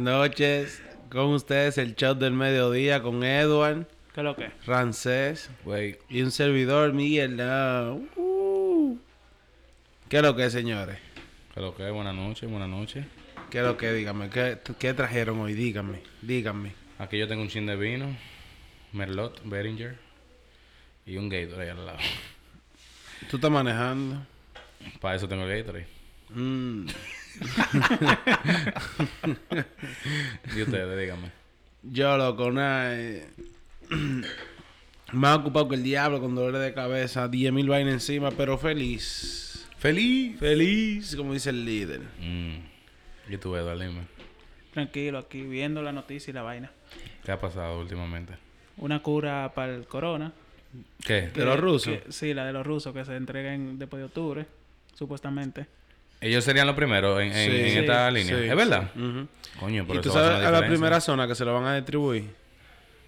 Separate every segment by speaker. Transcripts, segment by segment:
Speaker 1: noches. Con ustedes el chat del mediodía con Edward,
Speaker 2: ¿Qué es lo que?
Speaker 1: Rancés
Speaker 3: Güey,
Speaker 1: y un servidor, Miguel. Lao. Uh. ¿Qué es lo que, señores?
Speaker 3: ¿qué lo que? Buenas noches, buenas noches.
Speaker 1: ¿Qué es lo que? Dígame. ¿Qué, qué trajeron hoy? Dígame. Dígame.
Speaker 3: Aquí yo tengo un chin de vino, Merlot, Beringer y un Gatorade al lado.
Speaker 1: ¿Tú estás manejando?
Speaker 3: Para eso tengo el Gatorade.
Speaker 1: Mm.
Speaker 3: Y ustedes, díganme.
Speaker 1: Yo, loco, una... eh, más ocupado que el diablo con dolores de cabeza. 10.000 vainas encima, pero feliz.
Speaker 3: ¡Feliz!
Speaker 1: Feliz, como dice el líder. Mm.
Speaker 3: ¿Y tú, Eduardo, dime?
Speaker 2: Tranquilo, aquí viendo la noticia y la vaina.
Speaker 3: ¿Qué ha pasado últimamente?
Speaker 2: Una cura para el corona.
Speaker 3: ¿Qué?
Speaker 1: ¿De los
Speaker 2: Que-
Speaker 1: rusos?
Speaker 2: que- sí, la de los rusos que se entreguen después de octubre, supuestamente.
Speaker 3: Ellos serían los primeros en, en-
Speaker 1: Sí.
Speaker 3: en
Speaker 1: Sí,
Speaker 3: esta línea.
Speaker 1: sí,
Speaker 3: ¿Es verdad?
Speaker 1: Ujú.
Speaker 3: Coño, pero
Speaker 1: ¿Y tú
Speaker 3: eso va a
Speaker 1: sabes a
Speaker 3: hacer una
Speaker 1: la
Speaker 3: diferencia.
Speaker 1: primera zona que se lo van a distribuir?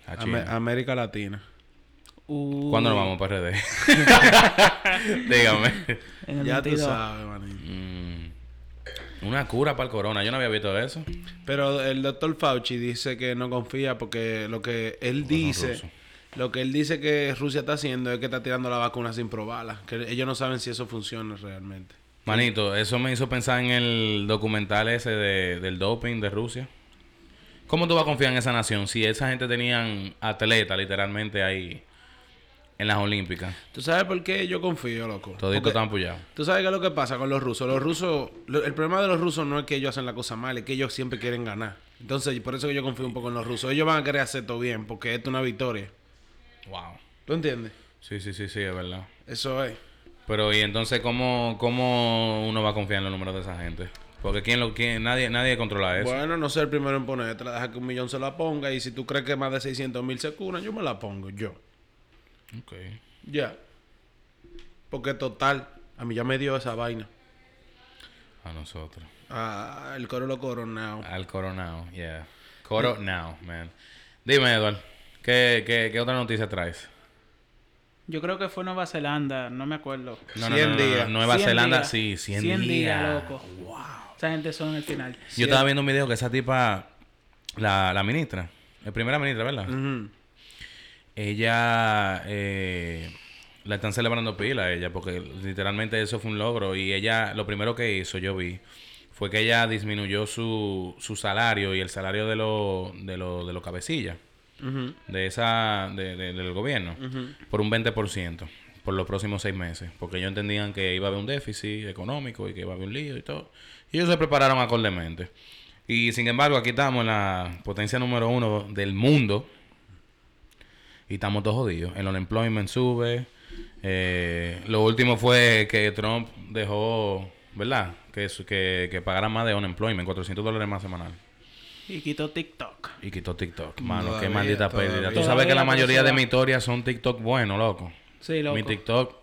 Speaker 3: A
Speaker 1: Ame-
Speaker 3: China.
Speaker 1: América Latina.
Speaker 2: Uy,
Speaker 3: ¿Cuándo nos vamos para RD? dígame.
Speaker 2: En el
Speaker 1: Ya tú
Speaker 2: 22.
Speaker 1: sabes, manín.
Speaker 3: Mm. Una cura para el corona. Yo no había visto eso.
Speaker 1: Pero el doctor Fauci dice que no confía porque lo que él
Speaker 3: son
Speaker 1: dice...
Speaker 3: rusos.
Speaker 1: Lo que él dice que Rusia está haciendo es que está tirando la vacuna sin probarla. Que ellos no saben si eso funciona realmente.
Speaker 3: Manito, eso me hizo pensar en el documental ese de- del doping de Rusia. ¿Cómo tú vas a confiar en esa nación si esa gente tenían atletas literalmente ahí en las Olímpicas?
Speaker 1: ¿Tú sabes por qué yo confío, loco?
Speaker 3: Todito
Speaker 1: Porque-
Speaker 3: están apoyados.
Speaker 1: ¿Tú sabes qué es lo que pasa con los rusos? Los rusos... lo- el problema de los rusos no es que ellos hacen la cosa mal, es que ellos siempre quieren ganar. Entonces, por eso que yo confío un poco en los rusos. Ellos van a querer hacer todo bien, porque esto es una victoria.
Speaker 3: Wow.
Speaker 1: ¿Tú entiendes?
Speaker 3: Sí, sí, sí, sí, es verdad.
Speaker 1: Eso es.
Speaker 3: Pero y entonces cómo, cómo uno va a confiar en los números de esa gente? Porque quién lo quién, nadie nadie controla eso.
Speaker 1: Bueno, no sé el primero en ponértela. Deja que un millón se la ponga. Y si tú crees que más de 600 mil se curan, yo me la pongo yo.
Speaker 3: Ok.
Speaker 1: Ya. Porque total, a mí ya me dio esa vaina.
Speaker 3: A nosotros.
Speaker 1: Ah, el coro lo coronado.
Speaker 3: Al coronado, yeah. Coronado, man. Dime, Eduard, ¿qué, qué, qué otra noticia traes?
Speaker 2: Yo creo que fue Nueva Zelanda, no me acuerdo.
Speaker 3: No, no,
Speaker 1: 100
Speaker 3: no, no, no,
Speaker 1: días.
Speaker 3: Nueva
Speaker 2: 100
Speaker 3: Zelanda,
Speaker 2: días.
Speaker 3: sí, 100,
Speaker 2: 100
Speaker 3: días.
Speaker 2: loco. Esa gente son el final.
Speaker 3: Yo estaba viendo un video que esa tipa, la, la ministra, la primera ministra, ¿verdad?
Speaker 1: Ujú.
Speaker 3: Ella, eh, la están celebrando pila a ella, porque literalmente eso fue un logro. Y ella, lo primero que hizo, yo vi, fue que ella disminuyó su, su salario y el salario de los de los de los cabecillas. de esa de- de- del gobierno por un 20% por los próximos seis meses, porque ellos entendían que iba a haber un déficit económico y que iba a haber un lío y todo. Y ellos se prepararon acordemente. Y sin embargo, aquí estamos en la potencia número uno del mundo y estamos todos jodidos. El unemployment sube. eh, lo último fue que Trump dejó, ¿verdad? Que, su- que, que pagaran más de unemployment, 400 dólares más semanal.
Speaker 2: Y quitó TikTok.
Speaker 3: Y quitó TikTok. Mano,
Speaker 1: Todavía,
Speaker 3: qué maldita
Speaker 1: todavía.
Speaker 3: pérdida. Tú
Speaker 2: Todavía
Speaker 3: sabes que la
Speaker 2: no se
Speaker 3: mayoría
Speaker 2: va.
Speaker 3: de mis historias son TikTok bueno, loco.
Speaker 2: Sí, loco.
Speaker 3: Mi TikTok.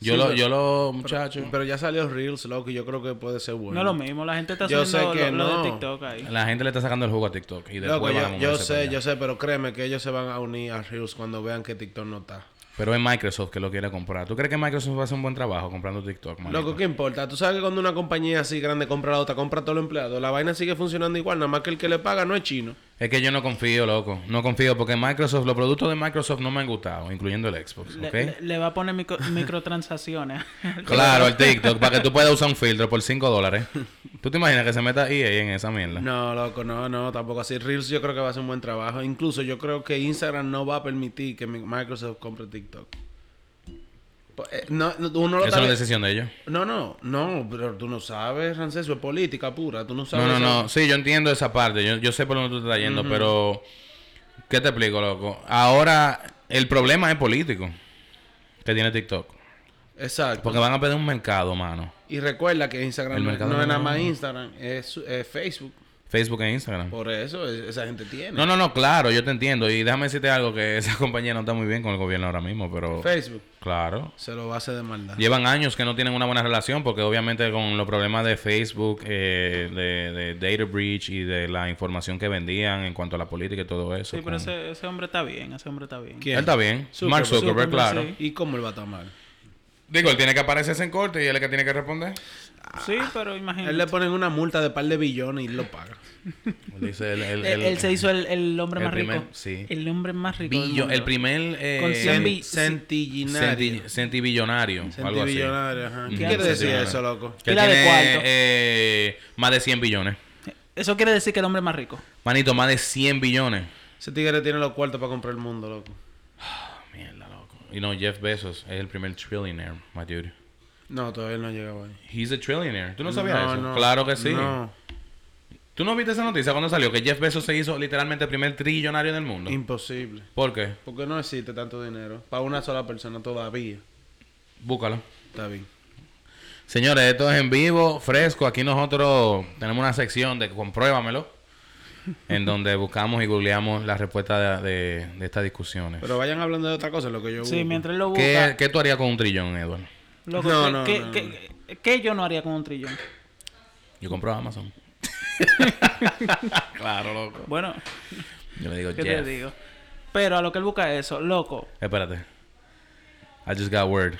Speaker 3: Yo
Speaker 1: Sí,
Speaker 3: lo,
Speaker 1: pero-
Speaker 3: yo lo, muchacho.
Speaker 1: Pero ya salió Reels, loco, y yo creo que puede ser bueno.
Speaker 2: No es lo mismo, la gente está
Speaker 1: Yo sé
Speaker 2: subiendo
Speaker 1: que
Speaker 2: lo, lo
Speaker 1: no.
Speaker 2: de TikTok ahí.
Speaker 3: la gente le está sacando el jugo a TikTok. Y
Speaker 1: Loco,
Speaker 3: después van a
Speaker 1: yo, yo
Speaker 3: moverse para
Speaker 1: sé,
Speaker 3: allá.
Speaker 1: yo sé, pero créeme que ellos se van a unir a Reels cuando vean que TikTok no está.
Speaker 3: Pero es Microsoft que lo quiere comprar. ¿Tú crees que Microsoft va a hacer un buen trabajo comprando TikTok, manito?
Speaker 1: Loco, ¿qué importa? Tú sabes que cuando una compañía así grande compra a la otra, compra a todos los empleados, la vaina sigue funcionando igual, nada más que el que le paga no es chino.
Speaker 3: Es que yo no confío, loco. No confío porque Microsoft, los productos de Microsoft no me han gustado, incluyendo el Xbox,
Speaker 2: Le,
Speaker 3: ¿ok?
Speaker 2: le- le va a poner micro- microtransacciones.
Speaker 3: Claro, el TikTok, para que tú puedas usar un filtro por 5 dólares. ¿Tú te imaginas que se meta EA en esa mierda?
Speaker 1: No, loco, no, no, tampoco así. Reels yo creo que va a hacer un buen trabajo. Incluso yo creo que Instagram no va a permitir que mi- Microsoft compre TikTok. Po- eh, No, no, uno lo
Speaker 3: Eso
Speaker 1: está
Speaker 3: no es
Speaker 1: vi-
Speaker 3: decisión de ellos.
Speaker 1: no, no, no, pero tú no sabes, Rancés, eso es política pura, tú no sabes.
Speaker 3: No, no,
Speaker 1: eso.
Speaker 3: no. Sí, yo entiendo esa parte. Yo, yo sé por dónde tú estás yendo, pero... ¿Qué te explico, loco? Ahora, el problema es político que tiene TikTok.
Speaker 1: Exacto.
Speaker 3: Porque van a perder un mercado, mano.
Speaker 1: Y recuerda que Instagram
Speaker 3: El
Speaker 1: no,
Speaker 3: mercado
Speaker 1: no es nada más
Speaker 3: no-
Speaker 1: Instagram, es, es Facebook.
Speaker 3: Facebook e Instagram.
Speaker 1: Por eso es- esa gente tiene.
Speaker 3: No, no, no, claro, yo te entiendo. Y déjame decirte algo, que esa compañía no está muy bien con el gobierno ahora mismo, pero...
Speaker 1: Facebook
Speaker 3: Claro.
Speaker 1: se lo va a hacer de maldad.
Speaker 3: Llevan años que no tienen una buena relación porque obviamente con los problemas de Facebook, eh, de, de data breach y de la información que vendían en cuanto a la política y todo eso.
Speaker 2: sí, pero
Speaker 3: con-
Speaker 2: ese, ese hombre está bien, ese hombre está bien.
Speaker 1: ¿Quién?
Speaker 3: Él está bien.
Speaker 1: Zuckerberg.
Speaker 3: Mark Zuckerberg,
Speaker 2: Zuckerberg,
Speaker 3: claro.
Speaker 2: sí.
Speaker 1: ¿Y cómo él va a estar mal?
Speaker 3: Digo, él tiene que aparecerse en corte y él es el que tiene que responder.
Speaker 2: Sí, pero
Speaker 1: Él le
Speaker 2: imagínate.
Speaker 1: ponen una multa de par de billones y él lo paga.
Speaker 3: Él dice el- el-
Speaker 2: Él,
Speaker 3: el-
Speaker 2: él se hizo el, el hombre
Speaker 3: el
Speaker 2: más
Speaker 3: primer-
Speaker 2: rico.
Speaker 3: sí.
Speaker 2: El hombre más rico. del
Speaker 3: billo-
Speaker 2: mundo.
Speaker 3: el primer... eh,
Speaker 2: Con cien bi-
Speaker 1: Centillinario.
Speaker 3: centi- Centibillonario. o algo así.
Speaker 1: Centillonario, ajá. ¿Qué
Speaker 3: Ujú.
Speaker 1: quiere decir
Speaker 3: Centillonario.
Speaker 1: eso, loco?
Speaker 3: Que él
Speaker 2: Pila de
Speaker 3: tiene,
Speaker 2: cuarto.
Speaker 3: eh, más de 100 billones.
Speaker 2: Eso quiere decir que el hombre más rico.
Speaker 3: Manito, más de 100 billones.
Speaker 1: Ese tigre tiene los cuartos para comprar el mundo, loco.
Speaker 3: Ah, mierda, loco. Y no, Jeff Bezos es el primer trillionaire, my dude.
Speaker 1: No, todavía no ha llegado ahí.
Speaker 3: He's a trillionaire. ¿Tú no sabías eso? claro que sí.
Speaker 1: No,
Speaker 3: ¿Tú no viste esa noticia cuando salió? Que Jeff Bezos se hizo literalmente el primer trillonario del mundo.
Speaker 1: imposible.
Speaker 3: ¿Por qué?
Speaker 1: Porque no existe tanto dinero para una sola persona todavía.
Speaker 3: Búscalo.
Speaker 1: Está bien.
Speaker 3: Señores, esto es en vivo, fresco. Aquí nosotros tenemos una sección de compruébamelo. en donde buscamos y googleamos la respuesta de, de- de estas discusiones.
Speaker 1: Pero vayan hablando de otra cosa, lo que yo
Speaker 2: Sí,
Speaker 1: busco.
Speaker 2: mientras él lo busca.
Speaker 3: ¿Qué, ¿Qué tú harías con un trillón, Edward?
Speaker 2: Loco,
Speaker 1: No,
Speaker 2: ¿qué-
Speaker 1: no,
Speaker 2: qué,
Speaker 1: no,
Speaker 2: qué- qué yo no haría con un trillón?
Speaker 3: Yo compro Amazon. claro, loco.
Speaker 2: Bueno,
Speaker 3: Yo le digo
Speaker 2: ¿qué
Speaker 3: Jeff.
Speaker 2: te digo? Pero a lo que él busca es eso, loco.
Speaker 3: Espérate. I just got word.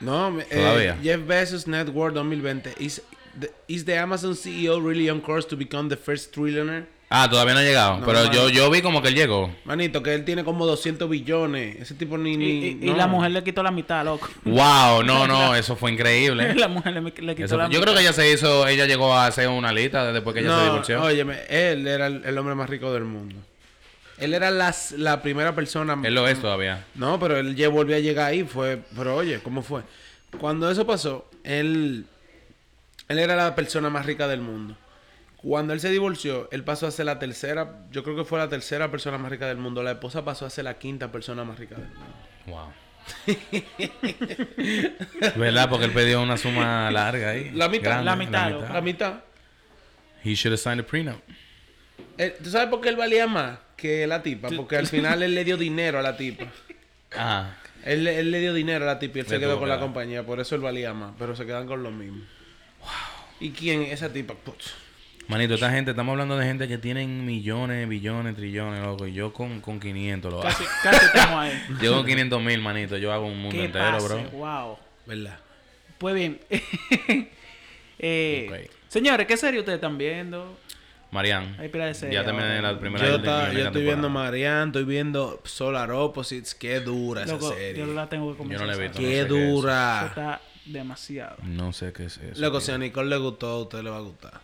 Speaker 1: No, me- eh,
Speaker 3: Todavía.
Speaker 1: Jeff Bezos Net Worth 2020. Is the, is the Amazon CEO really on course to become the first trillionaire?
Speaker 3: Ah, todavía no ha llegado.
Speaker 1: No,
Speaker 3: pero
Speaker 1: no.
Speaker 3: yo, yo vi como que él llegó.
Speaker 1: Manito, que él tiene como 200 billones. Ese tipo ni...
Speaker 2: Y,
Speaker 1: ni
Speaker 2: y- y
Speaker 1: no.
Speaker 2: la mujer le quitó la mitad, loco.
Speaker 3: Wow, no, no, eso fue increíble.
Speaker 2: la mujer le, le quitó
Speaker 3: ¿Eh? Eso
Speaker 2: la
Speaker 3: fue- yo creo que ella se hizo, ella llegó a hacer una lista después que ella se
Speaker 1: No,
Speaker 3: divorció.
Speaker 1: óyeme, él era el, el hombre más rico del mundo. Él era las- la primera persona...
Speaker 3: Él lo es todavía.
Speaker 1: No, pero él ya volvió a llegar ahí, fue, pero oye, ¿cómo fue? Cuando eso pasó, él, él era la persona más rica del mundo. Cuando él se divorció, él pasó a ser la tercera, yo creo que fue la tercera persona más rica del mundo. La esposa pasó a ser la quinta persona más rica del mundo.
Speaker 3: Wow. ¿Verdad? Porque él pidió una suma larga ahí.
Speaker 1: La mitad,
Speaker 2: la mitad, Ah.
Speaker 1: La mitad.
Speaker 3: He should have signed a prenup.
Speaker 1: Él- Eh, ¿Tú sabes por qué él valía más que la tipa? Porque al final él le dio dinero a la tipa.
Speaker 3: Ajá.
Speaker 1: Él, él le dio dinero a la tipa y él se
Speaker 3: Le
Speaker 1: quedó
Speaker 3: tuvo
Speaker 1: con
Speaker 3: que
Speaker 1: la
Speaker 3: dar.
Speaker 1: compañía. Por eso él valía más, pero se quedan con lo mismo. ¿Y quién? Esa tipa. Putz.
Speaker 3: Manito, esta gente, estamos hablando de gente que tienen millones, billones, trillones, loco. Y yo con, con 500 lo hago.
Speaker 2: Casi, casi estamos ahí.
Speaker 3: Yo con 500 mil, manito. Yo hago un mundo
Speaker 2: ¿Qué
Speaker 3: entero,
Speaker 2: pase?
Speaker 3: bro.
Speaker 2: Wow.
Speaker 1: ¿Verdad?
Speaker 2: Pues bien. eh,
Speaker 3: Ok.
Speaker 2: Señores, ¿qué serie ustedes están viendo?
Speaker 3: Marian.
Speaker 2: Hay pila de serie
Speaker 3: Ya terminé
Speaker 2: ahora.
Speaker 3: la primera
Speaker 1: Yo,
Speaker 3: la
Speaker 1: ta-
Speaker 3: primera
Speaker 1: yo estoy viendo
Speaker 3: temporada.
Speaker 1: Marianne, estoy viendo Solar Opposites. Qué dura esa
Speaker 2: Loco,
Speaker 1: serie.
Speaker 2: yo la tengo que comenzar.
Speaker 3: Yo no la
Speaker 2: a
Speaker 3: he
Speaker 2: ver.
Speaker 3: visto.
Speaker 1: Qué
Speaker 3: No sé qué es eso.
Speaker 2: Eso
Speaker 1: dura.
Speaker 2: está demasiado.
Speaker 3: No sé qué es eso.
Speaker 1: Loco,
Speaker 3: tío.
Speaker 1: si a Nicole le gustó, a usted le va a gustar.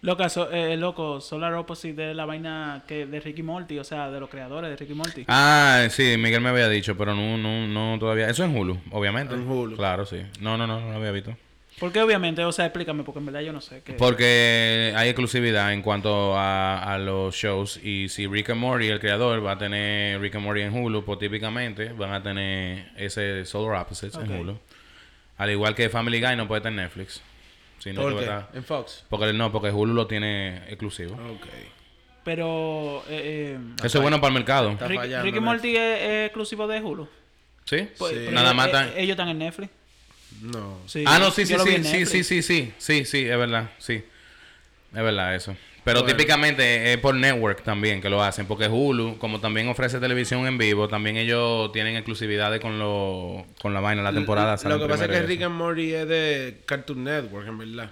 Speaker 2: Loco, so- eh, loco, Solar Opposite de la vaina que de Ricky Morty, o sea, de los creadores de Ricky Morty.
Speaker 3: Ah, sí, Miguel me había dicho, pero no, no, no todavía. Eso en Hulu, obviamente.
Speaker 1: En Hulu.
Speaker 3: Claro, sí. No, no, no, no lo había visto.
Speaker 2: Porque obviamente, o sea, explícame, porque en verdad yo no sé qué.
Speaker 3: Porque hay exclusividad en cuanto a, a los shows. Y si Rick and Morty, el creador, va a tener Rick and Morty en Hulu, pues típicamente van a tener ese Solar Opposites
Speaker 2: Ok.
Speaker 3: en Hulu. Al igual que Family Guy no puede estar en Netflix. Si no,
Speaker 1: ¿Por
Speaker 3: tú
Speaker 1: qué?
Speaker 3: estás-
Speaker 1: En Fox.
Speaker 3: Porque no, porque Hulu lo tiene exclusivo.
Speaker 1: Ok.
Speaker 2: Pero eh, eh,
Speaker 3: Eso es bueno para el mercado.
Speaker 1: Ah, Está
Speaker 2: Rick-
Speaker 1: fallando
Speaker 2: Ricky Morty es, es exclusivo de Hulu.
Speaker 3: ¿Sí?
Speaker 2: Pues, pero
Speaker 3: Nada
Speaker 2: ellos-
Speaker 3: más
Speaker 2: eh,
Speaker 3: tan-
Speaker 2: ellos están en Netflix.
Speaker 1: No.
Speaker 2: Sí,
Speaker 3: ah, no, sí, sí,
Speaker 2: yo lo vi
Speaker 3: sí,
Speaker 2: en
Speaker 3: sí,
Speaker 2: Netflix.
Speaker 3: sí, sí, sí, sí, sí, es verdad, sí. Es verdad eso. Pero
Speaker 1: Bueno.
Speaker 3: típicamente es por network también que lo hacen, porque Hulu, como también ofrece televisión en vivo, también ellos tienen exclusividades con lo, con la vaina, la temporada.
Speaker 1: Lo
Speaker 3: salen
Speaker 1: que pasa es que
Speaker 3: primero y
Speaker 1: Rick
Speaker 3: eso.
Speaker 1: and Morty es de Cartoon Network, en verdad.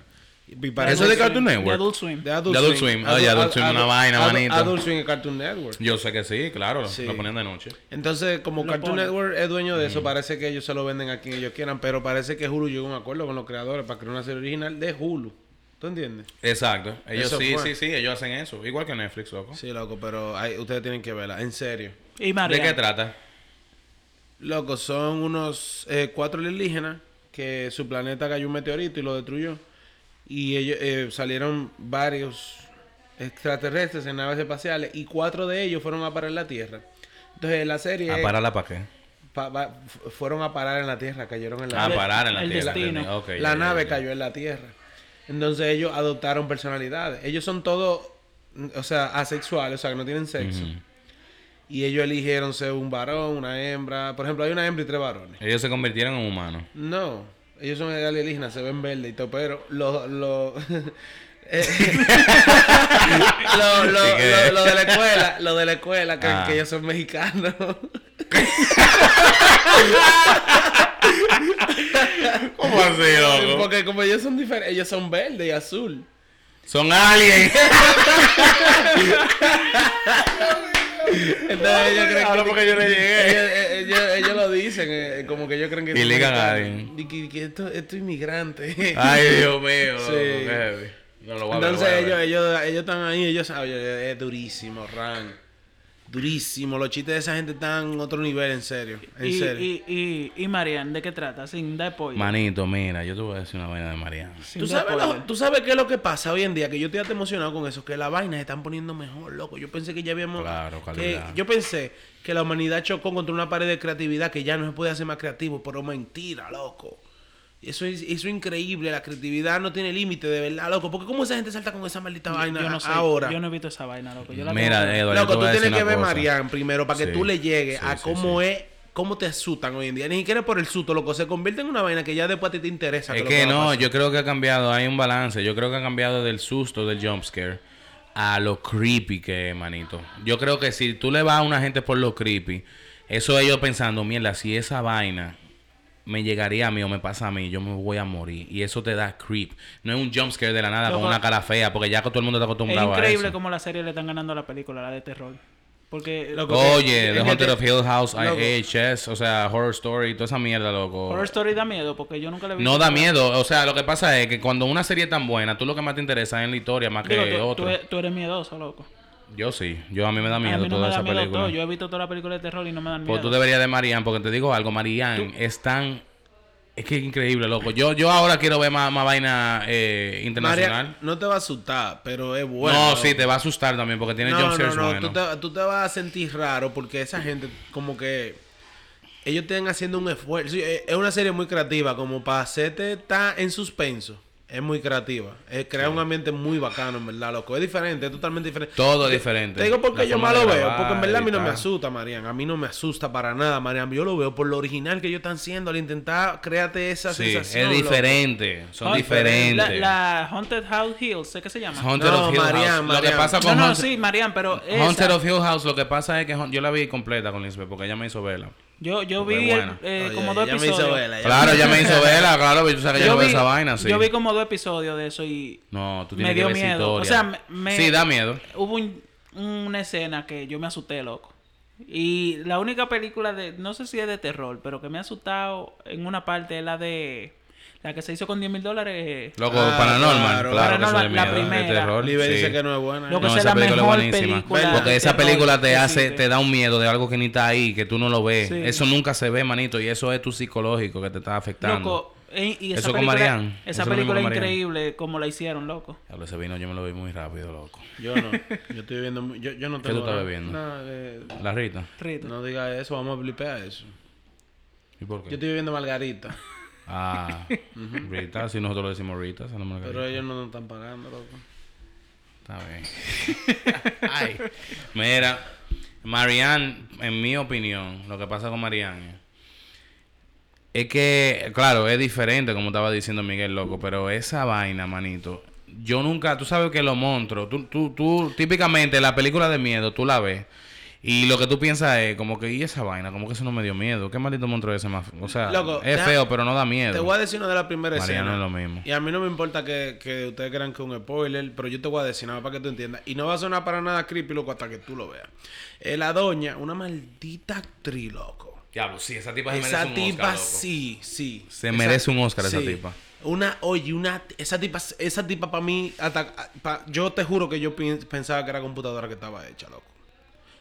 Speaker 1: Y para
Speaker 3: Eso es de
Speaker 1: Adult
Speaker 3: Cartoon Network.
Speaker 2: De Adult Swim.
Speaker 1: Swim. De Adult,
Speaker 3: De Adult Swim. Oye, Adult Swim, una vaina,
Speaker 1: Adult-
Speaker 3: manito.
Speaker 1: Adult Swim es Cartoon Network.
Speaker 3: Yo sé que sí, claro,
Speaker 1: Sí.
Speaker 3: lo ponían de noche.
Speaker 1: Entonces, como
Speaker 2: Lo
Speaker 1: Cartoon
Speaker 2: ponen.
Speaker 1: Network es dueño de eso, parece que ellos se lo venden a quien ellos quieran, pero parece que Hulu llegó a un acuerdo con los creadores para crear una serie original de Hulu. ¿Tú entiendes?
Speaker 3: Exacto. Ellos
Speaker 1: Eso
Speaker 3: sí,
Speaker 1: fue.
Speaker 3: sí, sí, ellos hacen eso. Igual que Netflix, loco.
Speaker 1: Sí, loco, pero hay- ustedes tienen que verla, en serio.
Speaker 2: Y María.
Speaker 3: ¿De qué trata?
Speaker 1: Loco, son unos eh, cuatro alienígenas que su planeta cayó un meteorito y lo destruyó. Y ellos eh, salieron varios extraterrestres en naves espaciales y cuatro de ellos fueron a parar la Tierra. Entonces, la serie
Speaker 3: ¿A
Speaker 1: es-
Speaker 3: pararla para qué?
Speaker 1: pa- va- fu- fueron a parar en la Tierra, cayeron en la
Speaker 3: A
Speaker 1: Tierra.
Speaker 3: Ah, parar en la
Speaker 2: el
Speaker 3: tierra.
Speaker 2: destino.
Speaker 3: entendí. Ok,
Speaker 1: la
Speaker 3: ya, ya,
Speaker 1: nave
Speaker 3: ya.
Speaker 1: cayó en la Tierra. Entonces ellos adoptaron personalidades. Ellos son todos, mm, o sea, asexuales, o sea, que no tienen sexo.
Speaker 3: Ujú.
Speaker 1: Y ellos eligieron ser un varón, una hembra. Por ejemplo, hay una hembra y tres varones.
Speaker 3: Ellos se convirtieron en humanos.
Speaker 1: No, ellos son alienígenas, se ven verde y todo, pero los... Los eh, lo, lo-
Speaker 3: Sí que-
Speaker 1: lo- lo de la escuela, lo de la escuela, que,
Speaker 3: Ah.
Speaker 1: que ellos son mexicanos.
Speaker 3: ¿Cómo así, loco?
Speaker 1: Porque como ellos son diferentes, ellos son verde y azul.
Speaker 3: Son aliens.
Speaker 1: Entonces ellos creen
Speaker 3: Ahora porque yo le llegué.
Speaker 1: Ellos, eh, ellos- ellos lo dicen, eh, como que ellos creen que...
Speaker 3: Y ligan a
Speaker 1: Y
Speaker 3: alguien.
Speaker 1: que- que esto, esto es inmigrante.
Speaker 3: Ay, Dios mío.
Speaker 1: Sí.
Speaker 3: loco, qué heavy. No lo voy a ver,
Speaker 1: Entonces
Speaker 3: lo voy a
Speaker 1: ellos,
Speaker 3: ver.
Speaker 1: ellos, ellos están ahí, ellos saben, oye, es durísimo, Ran. Durísimo, los chistes de esa gente están en otro nivel, en serio. En
Speaker 2: Y,
Speaker 1: serio.
Speaker 2: y, y, y Marian, ¿de qué trata? Sin dar spoiler.
Speaker 3: Manito, mira, yo te voy a decir una vaina de Mariana.
Speaker 2: Sin
Speaker 1: ¿Tú
Speaker 2: dar
Speaker 1: sabes, lo-
Speaker 2: spoiler.
Speaker 1: tú sabes qué es lo que pasa hoy en día, que yo estoy hasta emocionado con eso, que las vainas se están poniendo mejor, loco. Yo pensé que ya habíamos...
Speaker 3: Claro,
Speaker 1: que
Speaker 3: calidad.
Speaker 1: Yo pensé que la humanidad chocó contra una pared de creatividad que ya no se puede hacer más creativo, pero mentira, loco. Eso es, eso es increíble, la creatividad no tiene límite, de verdad, loco. Porque cómo esa gente salta con esa maldita vaina
Speaker 2: yo no sé,
Speaker 1: ahora.
Speaker 2: Yo no he visto esa vaina, loco. Yo la tengo
Speaker 3: Mira,
Speaker 2: que ver.
Speaker 3: Eduardo,
Speaker 1: Loco,
Speaker 3: yo te
Speaker 1: tú
Speaker 3: voy a decir
Speaker 1: tienes
Speaker 3: una
Speaker 1: que ver
Speaker 3: cosa.
Speaker 1: Marian primero para que
Speaker 3: Sí.
Speaker 1: tú le llegues
Speaker 3: Sí,
Speaker 1: a
Speaker 3: sí,
Speaker 1: cómo
Speaker 3: sí.
Speaker 1: es, cómo te asustan hoy en día. Ni siquiera es por el susto, loco. Se convierte en una vaina que ya después a ti te interesa.
Speaker 3: Es
Speaker 1: lo
Speaker 3: que
Speaker 1: va a
Speaker 3: no,
Speaker 1: pasar.
Speaker 3: yo creo que ha cambiado, hay un balance. Yo creo que ha cambiado del susto, del jumpscare, a lo creepy que es, manito. Yo creo que si tú le vas a una gente por lo creepy, eso ellos pensando, mierda, si esa vaina me llegaría a mí o me pasa a mí, yo me voy a morir. Y eso te da creep. No es un jumpscare de la nada con
Speaker 2: Loco,
Speaker 3: una cara fea, porque ya que todo el mundo está
Speaker 2: Es
Speaker 3: acostumbrado a
Speaker 2: increíble
Speaker 3: eso.
Speaker 2: cómo la serie le están ganando a la película, la de terror. Porque
Speaker 1: Loco,
Speaker 3: Oye,
Speaker 1: Es
Speaker 3: The
Speaker 1: que
Speaker 3: Haunted
Speaker 1: te-
Speaker 3: of Hill House,
Speaker 1: Loco.
Speaker 3: IHS, o sea, Horror Story, toda esa mierda, loco.
Speaker 2: Horror Story da miedo, porque yo nunca la he visto.
Speaker 3: No da miedo, o sea, lo que pasa es que cuando una serie es tan buena, tú lo que más te interesa es la historia más que
Speaker 2: Digo, tú, tú
Speaker 3: otro.
Speaker 2: e- tú eres miedoso, loco.
Speaker 3: Yo sí, yo a mí me da
Speaker 2: a
Speaker 3: miedo
Speaker 2: mí no me
Speaker 3: toda
Speaker 2: da
Speaker 3: esa
Speaker 2: miedo
Speaker 3: película.
Speaker 2: todo. Yo he visto toda la película de terror y no me dan miedo.
Speaker 3: Pues tú deberías de Marianne, porque te digo algo, Marianne es tan... Es que es increíble, loco. Yo, yo ahora quiero ver más, más vaina eh,
Speaker 1: Marian,
Speaker 3: internacional.
Speaker 1: no te va a asustar, pero es bueno.
Speaker 3: no,
Speaker 1: loco.
Speaker 3: sí, te va a asustar también porque tiene
Speaker 1: No, no,
Speaker 3: jumpscares
Speaker 1: no.
Speaker 3: buenos.
Speaker 1: Tú, te, tú te vas a sentir raro porque esa gente, como que. Ellos están haciendo un esfuerzo. Sí, eh, Es es una serie muy creativa. Como para hacerte está en suspenso. Es muy creativa. Es, crea un ambiente muy bacano, en verdad, loco. Es diferente, es totalmente diferente.
Speaker 3: Todo
Speaker 1: Te-
Speaker 3: diferente.
Speaker 1: Te digo porque
Speaker 3: La
Speaker 1: yo
Speaker 3: forma
Speaker 1: más
Speaker 3: de
Speaker 1: lo veo.
Speaker 3: grabar
Speaker 1: Porque en verdad a mí
Speaker 3: y
Speaker 1: no me
Speaker 3: tal.
Speaker 1: asusta, Marian. A mí no me asusta para nada, Marian. Yo lo veo por lo original que ellos están haciendo al intentar crearte esa
Speaker 3: Sí,
Speaker 1: sensación.
Speaker 3: es
Speaker 1: loco.
Speaker 3: diferente. Son
Speaker 2: Haunted-
Speaker 3: diferentes.
Speaker 2: La, la Haunted House Hill, sé qué se llama.
Speaker 3: Haunted
Speaker 1: No,
Speaker 3: of Hill House.
Speaker 1: Marianne,
Speaker 3: Lo que
Speaker 1: Marianne.
Speaker 3: pasa
Speaker 2: no,
Speaker 3: con
Speaker 2: no,
Speaker 3: Haunted-
Speaker 2: sí, Marian, pero esa-
Speaker 3: Haunted of Hill House, lo que pasa es que Haunt- yo la vi completa con Lisbeth porque ella me hizo verla.
Speaker 2: yo, yo
Speaker 3: Súper
Speaker 2: vi el-
Speaker 3: buena.
Speaker 2: eh,
Speaker 1: Oye,
Speaker 2: como dos
Speaker 1: ya me hizo
Speaker 2: episodios.
Speaker 1: vela, ya
Speaker 3: Claro, ella me hizo verla, claro, pero tú sabes que yo, veo esa vaina, sí.
Speaker 2: yo vi como dos episodios de eso y
Speaker 3: No, tú
Speaker 2: Me
Speaker 3: tienes que
Speaker 2: dio
Speaker 3: ver esa
Speaker 2: miedo.
Speaker 3: historia.
Speaker 2: O sea, me- me-
Speaker 3: Sí, da miedo.
Speaker 2: hubo un- una escena que yo me asusté, loco. Y la única película de, no sé si es de terror, pero que me ha asustado en una parte es la de, la que se hizo con 10 mil dólares.
Speaker 3: Loco,
Speaker 1: Ah,
Speaker 3: paranormal,
Speaker 1: claro.
Speaker 3: claro, que eso
Speaker 2: Paranormal,
Speaker 3: de
Speaker 2: la
Speaker 3: miedo, de
Speaker 2: primera.
Speaker 3: terror,
Speaker 1: Oliver
Speaker 3: sí.
Speaker 1: dice que no es buena.
Speaker 2: Lo
Speaker 3: No,
Speaker 2: que
Speaker 3: esa
Speaker 2: sea la
Speaker 3: película es
Speaker 2: mejor
Speaker 3: buenísima.
Speaker 2: película
Speaker 3: Porque
Speaker 2: de
Speaker 3: esa
Speaker 2: terror
Speaker 3: película
Speaker 2: que
Speaker 3: te hace,
Speaker 2: existe.
Speaker 3: te da un miedo de algo que ni está ahí, que tú no lo ves.
Speaker 2: Sí.
Speaker 3: Eso nunca se ve, manito, y eso es tu psicológico que te está afectando.
Speaker 2: Loco, eh, y esa
Speaker 3: Eso con
Speaker 2: película,
Speaker 3: Marianne.
Speaker 2: esa
Speaker 3: Eso lo mismo
Speaker 2: película
Speaker 3: con
Speaker 2: es
Speaker 3: Marianne.
Speaker 2: increíble como la hicieron, loco.
Speaker 3: Diablo, ese vino yo me lo vi muy rápido, loco.
Speaker 1: Yo no. Yo estoy viendo. mu- Yo, yo no
Speaker 3: ¿Qué tú
Speaker 1: tengo
Speaker 3: estás
Speaker 1: nada.
Speaker 3: bebiendo?
Speaker 1: No, eh,
Speaker 3: La Rita.
Speaker 2: Rito.
Speaker 1: no diga eso, vamos a blipear eso.
Speaker 3: ¿Y por qué?
Speaker 1: Yo estoy viviendo Margarita,
Speaker 3: Ah, Rita, si nosotros le decimos Rita, se nombra
Speaker 1: pero ellos no nos están pagando, loco.
Speaker 3: Está bien. Ay. Mira, Marianne, en mi opinión, lo que pasa con Marianne es que, claro, es diferente, como estaba diciendo Miguel Loco, pero esa vaina, manito. Yo nunca, tú sabes que los monstruos, tú, tú, tú, típicamente la película de miedo, tú la ves. Y lo que tú piensas es, como que, ¿y esa vaina? Como que eso no me dio miedo. ¿Qué maldito monstruo es ese más? O sea,
Speaker 1: Loco,
Speaker 3: es
Speaker 1: deja-
Speaker 3: feo, pero no da
Speaker 1: Te
Speaker 3: miedo.
Speaker 1: voy a decir una de las primeras
Speaker 3: Mariano
Speaker 1: escenas.
Speaker 3: es lo mismo.
Speaker 1: Y a mí no me importa que, que ustedes crean que es un spoiler, pero yo te voy a decir nada más para que tú entiendas. Y no va a sonar para nada creepy, loco, hasta que tú lo veas. Eh, la doña, una maldita actriz, loco.
Speaker 3: Diablo, sí, esa tipa
Speaker 1: Esa tipa
Speaker 3: loco.
Speaker 1: sí, sí.
Speaker 3: Se
Speaker 1: Esa-
Speaker 3: merece un Oscar esa tipa.
Speaker 1: Una, oye, una, esa tipa, esa tipa para mí, hasta, pa- yo te juro que yo pien- pensaba que era computadora que estaba hecha, loco.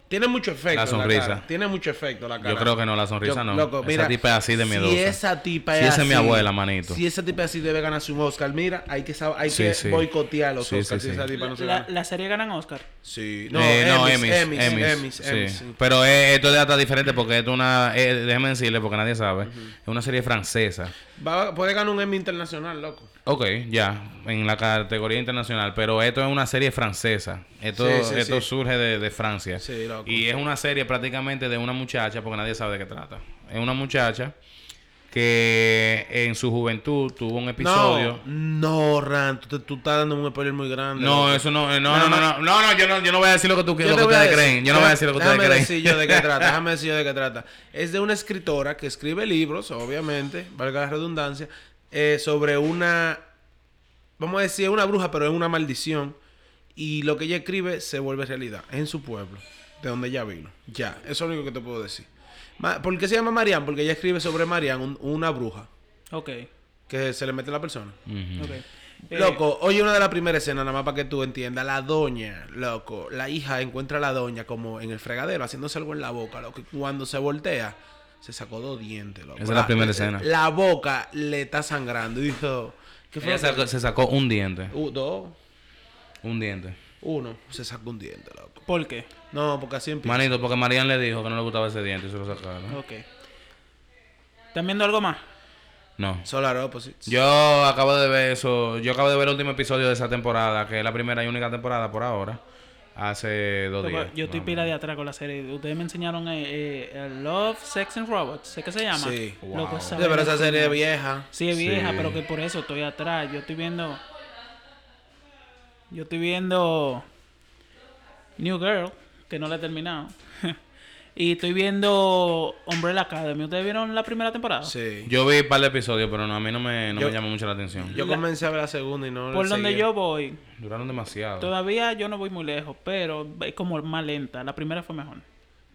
Speaker 1: Tiene mucho efecto.
Speaker 3: La
Speaker 1: en
Speaker 3: sonrisa.
Speaker 1: cara. Tiene mucho efecto la cara.
Speaker 3: Yo creo que no, la sonrisa
Speaker 1: Yo-
Speaker 3: no.
Speaker 1: loco,
Speaker 3: esa
Speaker 1: mira,
Speaker 3: tipa es así de miedosa.
Speaker 1: Si esa tipa
Speaker 3: Si
Speaker 1: es
Speaker 3: esa es mi
Speaker 1: así,
Speaker 3: abuela, manito.
Speaker 1: Si esa tipa es así, debe ganarse un Oscar. Mira, hay que, sab- hay
Speaker 3: Sí,
Speaker 1: que
Speaker 3: sí.
Speaker 1: boicotear los
Speaker 3: Sí,
Speaker 1: Oscars
Speaker 3: sí,
Speaker 1: si
Speaker 3: sí.
Speaker 1: esa tipa no se
Speaker 2: La,
Speaker 1: gana.
Speaker 2: la serie ganan Oscar.
Speaker 1: Sí.
Speaker 3: No, eh, no, Emmys,
Speaker 1: Emmys,
Speaker 3: Emmys,
Speaker 1: Emmys, Emmys,
Speaker 3: sí.
Speaker 1: Emmys, sí.
Speaker 3: Pero eh, esto es hasta diferente porque esto es una... eh, déjeme decirle porque nadie sabe. Es una serie francesa.
Speaker 1: Va- Puede ganar un Emmy internacional, loco.
Speaker 3: Ok, ya. En la categoría internacional. Pero esto es una serie francesa. Esto,
Speaker 1: Sí, sí,
Speaker 3: esto
Speaker 1: sí.
Speaker 3: surge de, de Francia.
Speaker 1: Sí, loco.
Speaker 3: Y es una serie prácticamente de una muchacha porque nadie sabe de qué trata. Es una muchacha que en su juventud tuvo un episodio.
Speaker 1: No, no, Ran, tú, te- tú estás dando un spoiler muy grande.
Speaker 3: No,
Speaker 1: loco.
Speaker 3: eso no, eh, no,
Speaker 1: Nada
Speaker 3: no, no,
Speaker 1: más-
Speaker 3: no, no, no, yo no, yo no voy a decir lo que tú, lo
Speaker 1: te
Speaker 3: que
Speaker 1: voy
Speaker 3: ustedes
Speaker 1: decir-
Speaker 3: creen. Yo no voy a decir lo que ustedes creen.
Speaker 1: Déjame decir yo de qué trata, déjame decir yo de qué trata. Es de una escritora que escribe libros, obviamente, valga la redundancia, eh, sobre una, vamos a decir, una bruja, pero es una maldición. Y lo que ella escribe se vuelve realidad. Es en su pueblo, de donde ella vino. Ya, eso es lo único que te puedo decir. Ma- ¿Por qué se llama Marian? Porque ella escribe sobre Marian, un- una bruja,
Speaker 2: Ok,
Speaker 1: que se le mete a la persona.
Speaker 3: Ujú.
Speaker 2: ok. Eh,
Speaker 1: Loco, oye una de las primeras escenas, nada más para que tú entiendas. La doña, loco, la hija encuentra a la doña como en el fregadero, haciéndose algo en la boca, loco. Y cuando se voltea, se sacó dos dientes, loco.
Speaker 3: Esa es la primera escena.
Speaker 1: La boca le está sangrando. Y dijo, ¿qué fue?
Speaker 3: Ella
Speaker 1: lo que-
Speaker 3: sacó- se sacó un diente.
Speaker 1: Uh, dos,
Speaker 3: Un diente.
Speaker 1: uno. Se sacó un diente, loco.
Speaker 2: Eh, ¿Por qué?
Speaker 1: No, porque así empieza.
Speaker 3: Manito, porque Marian le dijo que no le gustaba ese diente y se lo sacaron.
Speaker 2: Ok. ¿Están viendo algo más?
Speaker 3: No.
Speaker 1: Solar Opposites.
Speaker 3: Yo acabo de ver eso. Yo acabo de ver el último episodio de esa temporada, que es la primera y única temporada por ahora. Hace dos
Speaker 2: Loco,
Speaker 3: días.
Speaker 2: Yo estoy
Speaker 3: más o
Speaker 2: pila de
Speaker 3: menos.
Speaker 2: atrás con la serie. Ustedes me enseñaron eh, eh, el Love, Sex and Robots. ¿Sé qué se llama?
Speaker 1: Sí.
Speaker 2: Loco,
Speaker 3: Wow.
Speaker 2: esa
Speaker 1: Sí, pero
Speaker 2: vaina
Speaker 1: esa
Speaker 2: es
Speaker 1: serie es
Speaker 2: como-
Speaker 1: vieja.
Speaker 2: Sí, es vieja,
Speaker 3: Sí.
Speaker 2: pero que por eso estoy atrás. Yo estoy viendo. Yo estoy viendo. New Girl, que no la he terminado. y estoy viendo Umbrella Academy. ¿Ustedes vieron la primera temporada?
Speaker 1: Sí.
Speaker 3: Yo vi un par de episodios, pero no, a mí no me, no
Speaker 1: Yo-
Speaker 3: me llamó mucho la atención.
Speaker 1: Yo comencé a ver la segunda y no
Speaker 2: Por
Speaker 1: le
Speaker 2: donde
Speaker 1: seguí.
Speaker 2: yo voy,
Speaker 3: Duraron demasiado.
Speaker 2: todavía yo no voy muy lejos, pero es como más lenta. La primera fue mejor.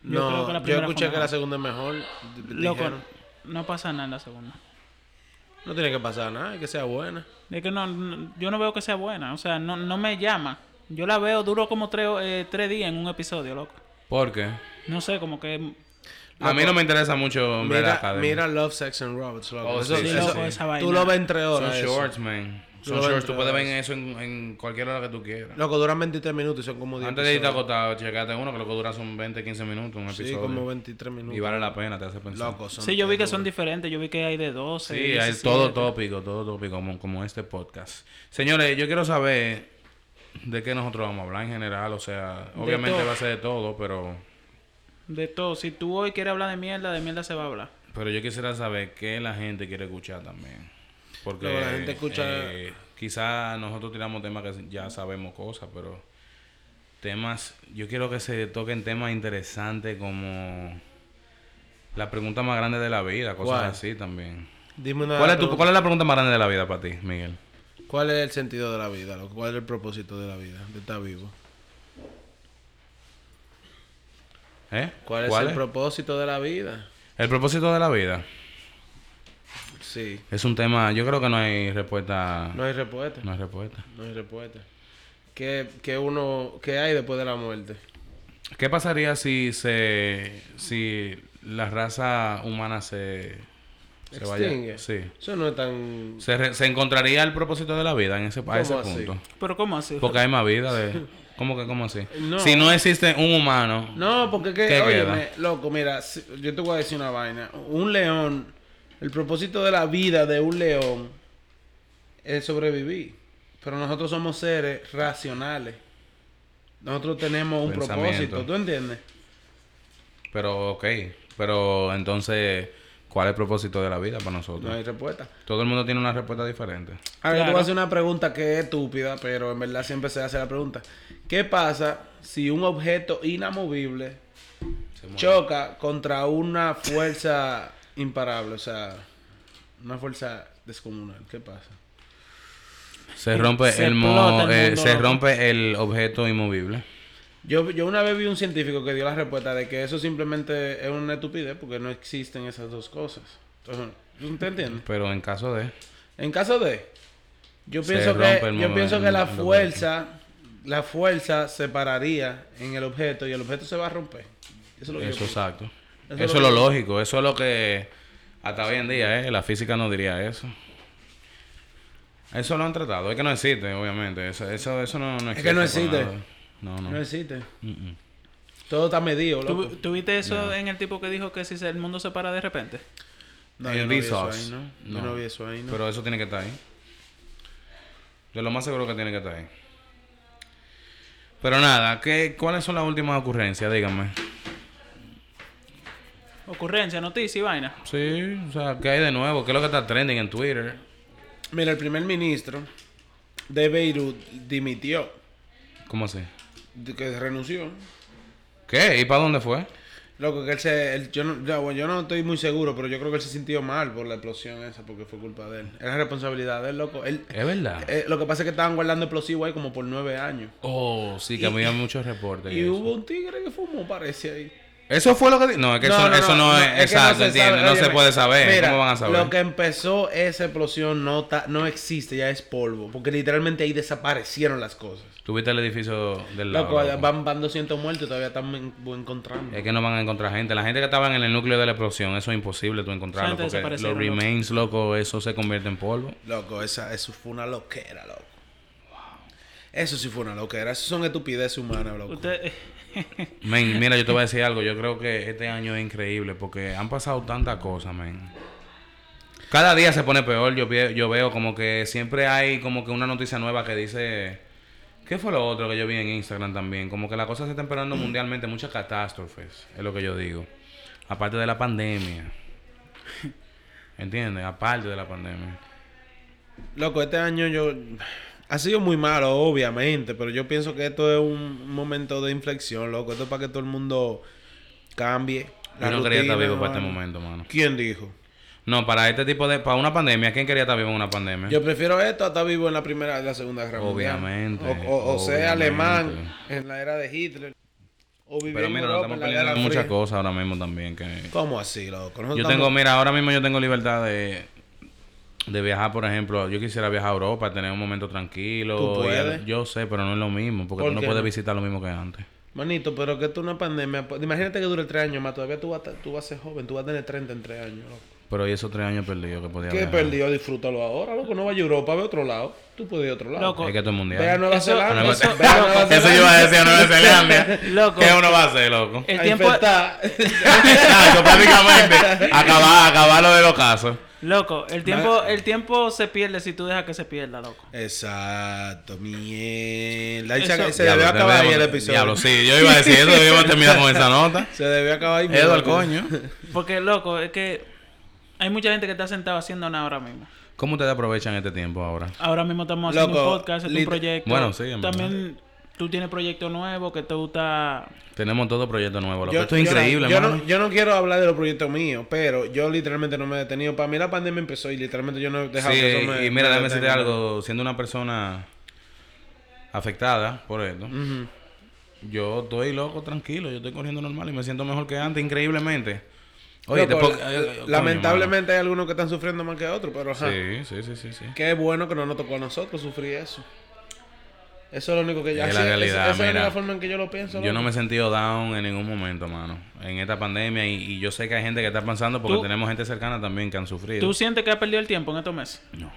Speaker 2: Yo
Speaker 1: No,
Speaker 2: creo que la
Speaker 1: yo
Speaker 2: primera
Speaker 1: escuché
Speaker 2: fue
Speaker 1: que la
Speaker 2: mejor.
Speaker 1: segunda es mejor. D- d-
Speaker 2: Loco,
Speaker 1: dijeron.
Speaker 2: no pasa nada en la segunda.
Speaker 1: No tiene que pasar nada, es que sea buena.
Speaker 2: Es que no, no- yo no veo que sea buena. O sea, no, no me llama. Yo la veo, duro como tres, eh, tres días en un episodio, loco.
Speaker 3: ¿Por qué?
Speaker 2: No sé, como que...
Speaker 3: A mí no me interesa mucho ver la
Speaker 1: Mira,
Speaker 3: academia.
Speaker 1: mira Love, Sex and Robots, loco.
Speaker 3: Oh,
Speaker 1: Eso-
Speaker 3: sí, sí,
Speaker 1: eso-
Speaker 3: sí.
Speaker 2: Esa vaina.
Speaker 1: Tú lo ves en tres
Speaker 3: Son
Speaker 1: horas. eso.
Speaker 3: shorts, man. Son
Speaker 1: Yo lo
Speaker 3: shorts. Tú
Speaker 1: veo
Speaker 3: puedes ver
Speaker 1: en
Speaker 3: eso en, en cualquier hora que tú quieras.
Speaker 1: Loco, duran 23 minutos y son como 10
Speaker 3: Antes de irte
Speaker 1: episodios.
Speaker 3: acotado, checate uno que lo que dura son 20, 15 minutos, un episodio.
Speaker 1: Sí, como 23 minutos.
Speaker 3: Y vale la pena, te hace pensar.
Speaker 1: Loco, son
Speaker 2: Sí, yo vi que
Speaker 1: tres
Speaker 2: son
Speaker 1: horas.
Speaker 2: diferentes. Yo vi que hay de 12.
Speaker 3: Sí, hay
Speaker 2: 17.
Speaker 3: todo tópico, todo tópico, como, como este podcast. Señores, yo quiero saber de qué nosotros vamos a hablar en general. O sea,
Speaker 2: De
Speaker 3: obviamente
Speaker 2: todo.
Speaker 3: va a ser de todo, pero
Speaker 2: De todo. Si tú hoy quieres hablar de mierda, de mierda se va a hablar.
Speaker 3: pero yo quisiera saber qué la gente quiere escuchar también. Porque
Speaker 1: Luego la gente escucha-
Speaker 3: quizás nosotros tiramos temas que ya sabemos cosas, pero temas. Yo quiero que se toquen temas interesantes como la pregunta más grande de la vida, cosas
Speaker 1: ¿Cuál?
Speaker 3: así también.
Speaker 1: Dime una
Speaker 3: ¿Cuál es, tu-
Speaker 1: pregunta.
Speaker 3: ¿Cuál es la pregunta más grande de la vida para ti, Miguel?
Speaker 1: ¿Cuál es el sentido de la vida? loco? ¿Cuál es el propósito de la vida? De estar vivo.
Speaker 3: ¿Eh?
Speaker 1: ¿Cuál es el propósito de la vida?
Speaker 3: El propósito de la vida
Speaker 1: Sí.
Speaker 3: es un tema, yo creo que no hay respuesta.
Speaker 1: No hay respuesta.
Speaker 3: No hay respuesta.
Speaker 1: No hay respuesta. ¿Qué, qué uno, ¿Qué hay después de la muerte?
Speaker 3: ¿Qué pasaría si se si la raza humana se se
Speaker 1: Extingue.
Speaker 3: vaya? Sí.
Speaker 1: Eso no es tan...
Speaker 3: Se, re- se encontraría el propósito de la vida en ese a ese
Speaker 1: ¿Cómo así?
Speaker 3: punto.
Speaker 2: Pero ¿cómo así?
Speaker 3: Porque hay más vida de ¿Cómo que cómo así?
Speaker 1: No.
Speaker 3: Si no existe un humano,
Speaker 1: No, porque que,
Speaker 3: ¿Qué
Speaker 1: óyeme,
Speaker 3: queda?
Speaker 1: loco, mira, si- yo te voy a decir una vaina. Un león, el propósito de la vida de un león es sobrevivir. Pero nosotros somos seres racionales. Nosotros tenemos un
Speaker 3: Pensamiento.
Speaker 1: propósito, ¿tú entiendes?
Speaker 3: pero ok, pero entonces ¿cuál es el propósito de la vida para
Speaker 1: No
Speaker 3: nosotros?
Speaker 1: hay respuesta.
Speaker 3: Todo el mundo tiene una respuesta diferente.
Speaker 1: Ahora, yo te
Speaker 2: Claro.
Speaker 1: voy a hacer una pregunta que es estúpida, pero en verdad siempre se hace la pregunta. ¿Qué pasa si un objeto inamovible
Speaker 3: Se muere.
Speaker 1: choca contra una fuerza imparable? O sea, una fuerza descomunal. ¿Qué pasa?
Speaker 3: Se rompe
Speaker 2: Se
Speaker 3: el, mo-
Speaker 2: explota el
Speaker 3: eh,
Speaker 2: mundo,
Speaker 3: se
Speaker 2: loco.
Speaker 3: rompe el objeto inmovible.
Speaker 1: Yo, yo una vez vi un científico que dio la respuesta de que eso simplemente es una estupidez porque no existen esas dos cosas. Entonces, ¿tú te entiendes?
Speaker 3: Pero en caso de
Speaker 1: En caso de, yo
Speaker 3: Se
Speaker 1: pienso
Speaker 3: rompe
Speaker 1: que,
Speaker 3: el
Speaker 1: yo
Speaker 3: momen-
Speaker 1: pienso que la
Speaker 3: el objeto.
Speaker 1: fuerza, la fuerza se pararía en el objeto y el objeto se va a romper. Eso es lo que yo
Speaker 3: eso
Speaker 1: pienso.
Speaker 3: exacto.
Speaker 1: Eso
Speaker 3: Eso,
Speaker 1: es
Speaker 3: es
Speaker 1: lo
Speaker 3: lo
Speaker 1: que-
Speaker 3: lógico, eso es lo que hasta hoy en día, eh, la física no diría eso. Eso lo han tratado, es que no existe, obviamente. Eso, eso, eso no, no
Speaker 1: Es
Speaker 3: existe.
Speaker 1: que no
Speaker 3: por
Speaker 1: existe.
Speaker 3: nada. No, no.
Speaker 1: No existe.
Speaker 3: Mm, mm.
Speaker 1: Todo está medido,
Speaker 2: ¿Tú,
Speaker 1: loco.
Speaker 2: tú viste eso en el tipo que dijo que si se- el mundo se para de repente?
Speaker 1: No,
Speaker 3: El
Speaker 1: yo no vi eso
Speaker 3: resource.
Speaker 1: ahí, ¿no?
Speaker 3: No.
Speaker 1: Yo no vi eso ahí, ¿no?
Speaker 3: Pero eso tiene que estar ahí. Yo lo más seguro que tiene que estar ahí. Pero nada, ¿qué, ¿cuáles son las últimas ocurrencias? Díganme.
Speaker 2: Ocurrencia, noticia y vaina.
Speaker 3: Sí, o sea, ¿qué hay de nuevo? ¿Qué es lo que está trending en Twitter?
Speaker 1: Mira, el primer ministro de Beirut dimitió,
Speaker 3: ¿Cómo así?
Speaker 1: de que renunció.
Speaker 3: ¿Qué? ¿Y para dónde fue?
Speaker 1: Loco, que él se. él- yo, no, ya, bueno, yo no estoy muy seguro, pero yo creo que él se sintió mal por la explosión esa, porque fue culpa de él. Era responsabilidad de él, loco. Él,
Speaker 3: Es verdad.
Speaker 1: eh, lo que pasa es que estaban guardando explosivos ahí como por nueve años.
Speaker 3: Oh, sí, que había muchos reportes.
Speaker 1: Y
Speaker 3: eso.
Speaker 1: hubo un tigre que fumó, parece ahí.
Speaker 3: Eso fue lo que. di- No, es que eso, eso no, es.
Speaker 1: que
Speaker 3: exacto,
Speaker 1: se
Speaker 3: entiendo.
Speaker 1: sabe.
Speaker 3: No se
Speaker 1: Óyeme,
Speaker 3: puede saber.
Speaker 1: mira,
Speaker 3: ¿Cómo van a saber?
Speaker 1: Lo que empezó esa explosión no, ta- no existe, ya es polvo. Porque literalmente ahí desaparecieron las cosas.
Speaker 3: Tuviste el edificio del lado.
Speaker 1: Loco,
Speaker 3: loco?
Speaker 1: van, van 200 muertos y todavía están en- encontrando.
Speaker 3: Es que no van a encontrar gente. La gente que estaba en el núcleo de la explosión, eso es imposible tú encontrarlo.
Speaker 2: Gente
Speaker 3: Porque los
Speaker 2: desaparecieron, loco.
Speaker 3: remains, loco, eso se convierte en polvo.
Speaker 1: Loco, esa, eso fue una loquera, loco. Eso sí fue una loquera. Eso son estupideces humanas, loco.
Speaker 2: Usted, eh,
Speaker 3: Men, mira, yo te voy a decir algo. Yo creo que este año es increíble porque han pasado tantas cosas, men. Cada día se pone peor. Yo, ve- yo veo como que siempre hay como que una noticia nueva que dice... ¿Qué fue lo otro que yo vi en Instagram también? Como que la cosa se está empeorando mundialmente. Muchas catástrofes, es lo que yo digo. Aparte de la pandemia. ¿Entiendes? Aparte de la pandemia.
Speaker 1: Loco, este año yo... Ha sido muy malo, obviamente, pero yo pienso que esto es un momento de inflexión, loco. Esto es para que todo el mundo cambie. la
Speaker 3: Yo no quería estar
Speaker 1: rutina,
Speaker 3: vivo para este
Speaker 1: mano.
Speaker 3: momento, mano.
Speaker 1: ¿Quién dijo?
Speaker 3: No, para este tipo de... Para una pandemia. ¿Quién quería estar vivo en una pandemia?
Speaker 1: Yo prefiero esto a estar vivo en la primera la segunda guerra mundial.
Speaker 3: Obviamente,
Speaker 1: O, o- o sea,
Speaker 3: obviamente.
Speaker 1: alemán en la era de Hitler. O vivir
Speaker 3: Pero
Speaker 1: en
Speaker 3: mira, nos
Speaker 1: Europa
Speaker 3: estamos
Speaker 1: en la guerra
Speaker 3: perdiendo muchas
Speaker 1: Fría.
Speaker 3: cosas ahora mismo también. Que...
Speaker 1: ¿Cómo así, loco? Nosotros
Speaker 3: Yo
Speaker 1: estamos-
Speaker 3: tengo, mira, ahora mismo yo tengo libertad de, de viajar, por ejemplo. Yo quisiera viajar a Europa, tener un momento tranquilo.
Speaker 1: ¿Tú puedes?
Speaker 3: Yo sé, pero no es lo mismo, porque
Speaker 1: ¿Por
Speaker 3: tú no
Speaker 1: qué
Speaker 3: puedes
Speaker 1: no?
Speaker 3: visitar lo mismo que antes.
Speaker 1: Manito, pero que esto es una pandemia. pues, Imagínate que dure tres años más. Todavía tú vas, a ta- tú vas a ser joven. Tú vas a tener 30 en tres años, loco.
Speaker 3: Pero y esos tres años perdidos que podía
Speaker 1: ¿Qué
Speaker 3: viajar.
Speaker 1: perdido? Disfrútalo ahora, loco. No vaya a Europa, ve a otro lado. Tú puedes ir a otro lado.
Speaker 2: Loco.
Speaker 3: Es que esto es mundial.
Speaker 1: Ve a Nueva
Speaker 2: Eso-
Speaker 1: Zelanda.
Speaker 2: Nueva
Speaker 1: ve a
Speaker 2: Zelanda.
Speaker 1: Nueva
Speaker 2: Loco,
Speaker 3: Eso yo
Speaker 1: Zelanda.
Speaker 3: iba a decir a Nueva Zelanda.
Speaker 2: Loco.
Speaker 3: ¿Qué uno va a hacer, loco?
Speaker 2: el
Speaker 1: A
Speaker 2: tiempo,
Speaker 1: infectar.
Speaker 3: Exacto, prácticamente. Acabar, acabar lo de los casos.
Speaker 2: loco, el tiempo, el tiempo se pierde si tú dejas que se pierda, loco.
Speaker 1: Exacto, mierda. Ahí se-
Speaker 2: Eso-
Speaker 1: se debió
Speaker 3: Diablo,
Speaker 1: acabar ahí el
Speaker 3: deberíamos-
Speaker 1: episodio.
Speaker 3: Diablo, sí, yo iba a decir eso, yo iba a terminar con esa nota.
Speaker 1: Se debió acabar ahí.
Speaker 3: Edo al
Speaker 1: loco.
Speaker 3: coño.
Speaker 2: Porque, loco, es que hay mucha gente que está sentada haciendo nada ahora mismo.
Speaker 3: ¿Cómo ustedes aprovechan este tiempo ahora?
Speaker 2: Ahora mismo estamos haciendo
Speaker 1: Loco,
Speaker 2: un podcast, haciendo un
Speaker 1: lit-
Speaker 2: proyecto.
Speaker 3: Bueno, sí, en verdad.
Speaker 2: También tú tienes proyecto nuevo que te gusta.
Speaker 3: Tenemos todo proyecto nuevo, loco.
Speaker 1: Yo-
Speaker 3: Esto es
Speaker 1: yo no-
Speaker 3: increíble,
Speaker 1: yo,
Speaker 3: mano.
Speaker 1: no, yo no quiero hablar de los proyectos míos, pero yo literalmente no me he detenido. Para mí la pandemia empezó y literalmente yo no he dejado
Speaker 3: Sí,
Speaker 1: que eso me-
Speaker 3: y mira,
Speaker 1: me
Speaker 3: déjame decirte
Speaker 1: detenga.
Speaker 3: algo. Siendo una persona afectada por esto,
Speaker 1: Ujú.
Speaker 3: yo estoy loco, tranquilo. Yo estoy corriendo normal y me siento mejor que antes, increíblemente. Oye,
Speaker 1: Loco,
Speaker 3: te po-
Speaker 1: eh,
Speaker 3: eh, eh, coño,
Speaker 1: lamentablemente hay algunos que están sufriendo más que otros, pero ajá.
Speaker 3: mano. Sí, sí, sí, sí. sí.
Speaker 1: Qué bueno que no nos tocó a nosotros sufrir eso. Eso es lo único que yo...
Speaker 3: Es
Speaker 1: así
Speaker 3: la
Speaker 1: es- esa
Speaker 3: realidad,
Speaker 1: es la
Speaker 3: mira.
Speaker 1: única forma en que yo lo pienso.
Speaker 3: Yo no
Speaker 1: loco.
Speaker 3: me he sentido down en ningún momento, mano. En esta pandemia. Y, y yo sé que hay gente que está pensando porque
Speaker 2: Tú-
Speaker 3: tenemos gente cercana también que han sufrido.
Speaker 2: ¿Tú sientes que has perdido el tiempo en estos meses?
Speaker 3: No.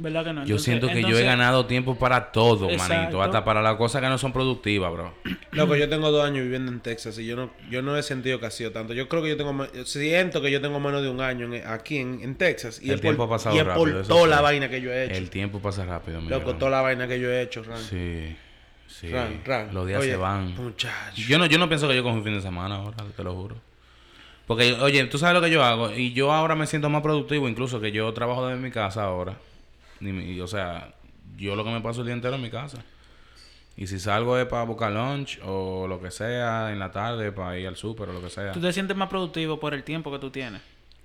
Speaker 2: ¿Verdad que no?
Speaker 3: Yo
Speaker 2: Entonces-
Speaker 3: siento que yo he
Speaker 2: entonces-
Speaker 3: ganado tiempo para todo,
Speaker 2: Exacto.
Speaker 3: manito. Hasta para las cosas que no son productivas, bro.
Speaker 1: Loco, yo tengo dos años viviendo en Texas y yo no, yo no he sentido que ha sido tanto. Yo creo que yo tengo... me- Siento que yo tengo menos de un año en- aquí en, en Texas. Y
Speaker 3: El
Speaker 1: es
Speaker 3: tiempo
Speaker 1: por,
Speaker 3: ha pasado
Speaker 1: y es
Speaker 3: rápido,
Speaker 1: por
Speaker 3: eso
Speaker 1: toda
Speaker 3: sí.
Speaker 1: la vaina que yo he hecho.
Speaker 3: El tiempo pasa rápido, mi
Speaker 1: Loco,
Speaker 3: bro.
Speaker 1: toda la vaina que yo he hecho, Ran.
Speaker 3: Sí, sí.
Speaker 1: Ran, Ran.
Speaker 3: Los días
Speaker 1: Oye,
Speaker 3: se van.
Speaker 1: Muchacho.
Speaker 3: Yo no, yo no pienso que yo cojo un fin de semana ahora, te lo juro. Porque, oye, tú sabes lo que yo hago. Y yo ahora me siento más productivo, incluso que yo trabajo desde mi casa ahora. Ni mi- y, o sea, yo lo que me paso el día entero en mi casa. Y si salgo es para buscar lunch o lo que sea, en la tarde, para ir al súper o lo que sea.
Speaker 2: Tú te sientes más productivo por el tiempo que tú tienes.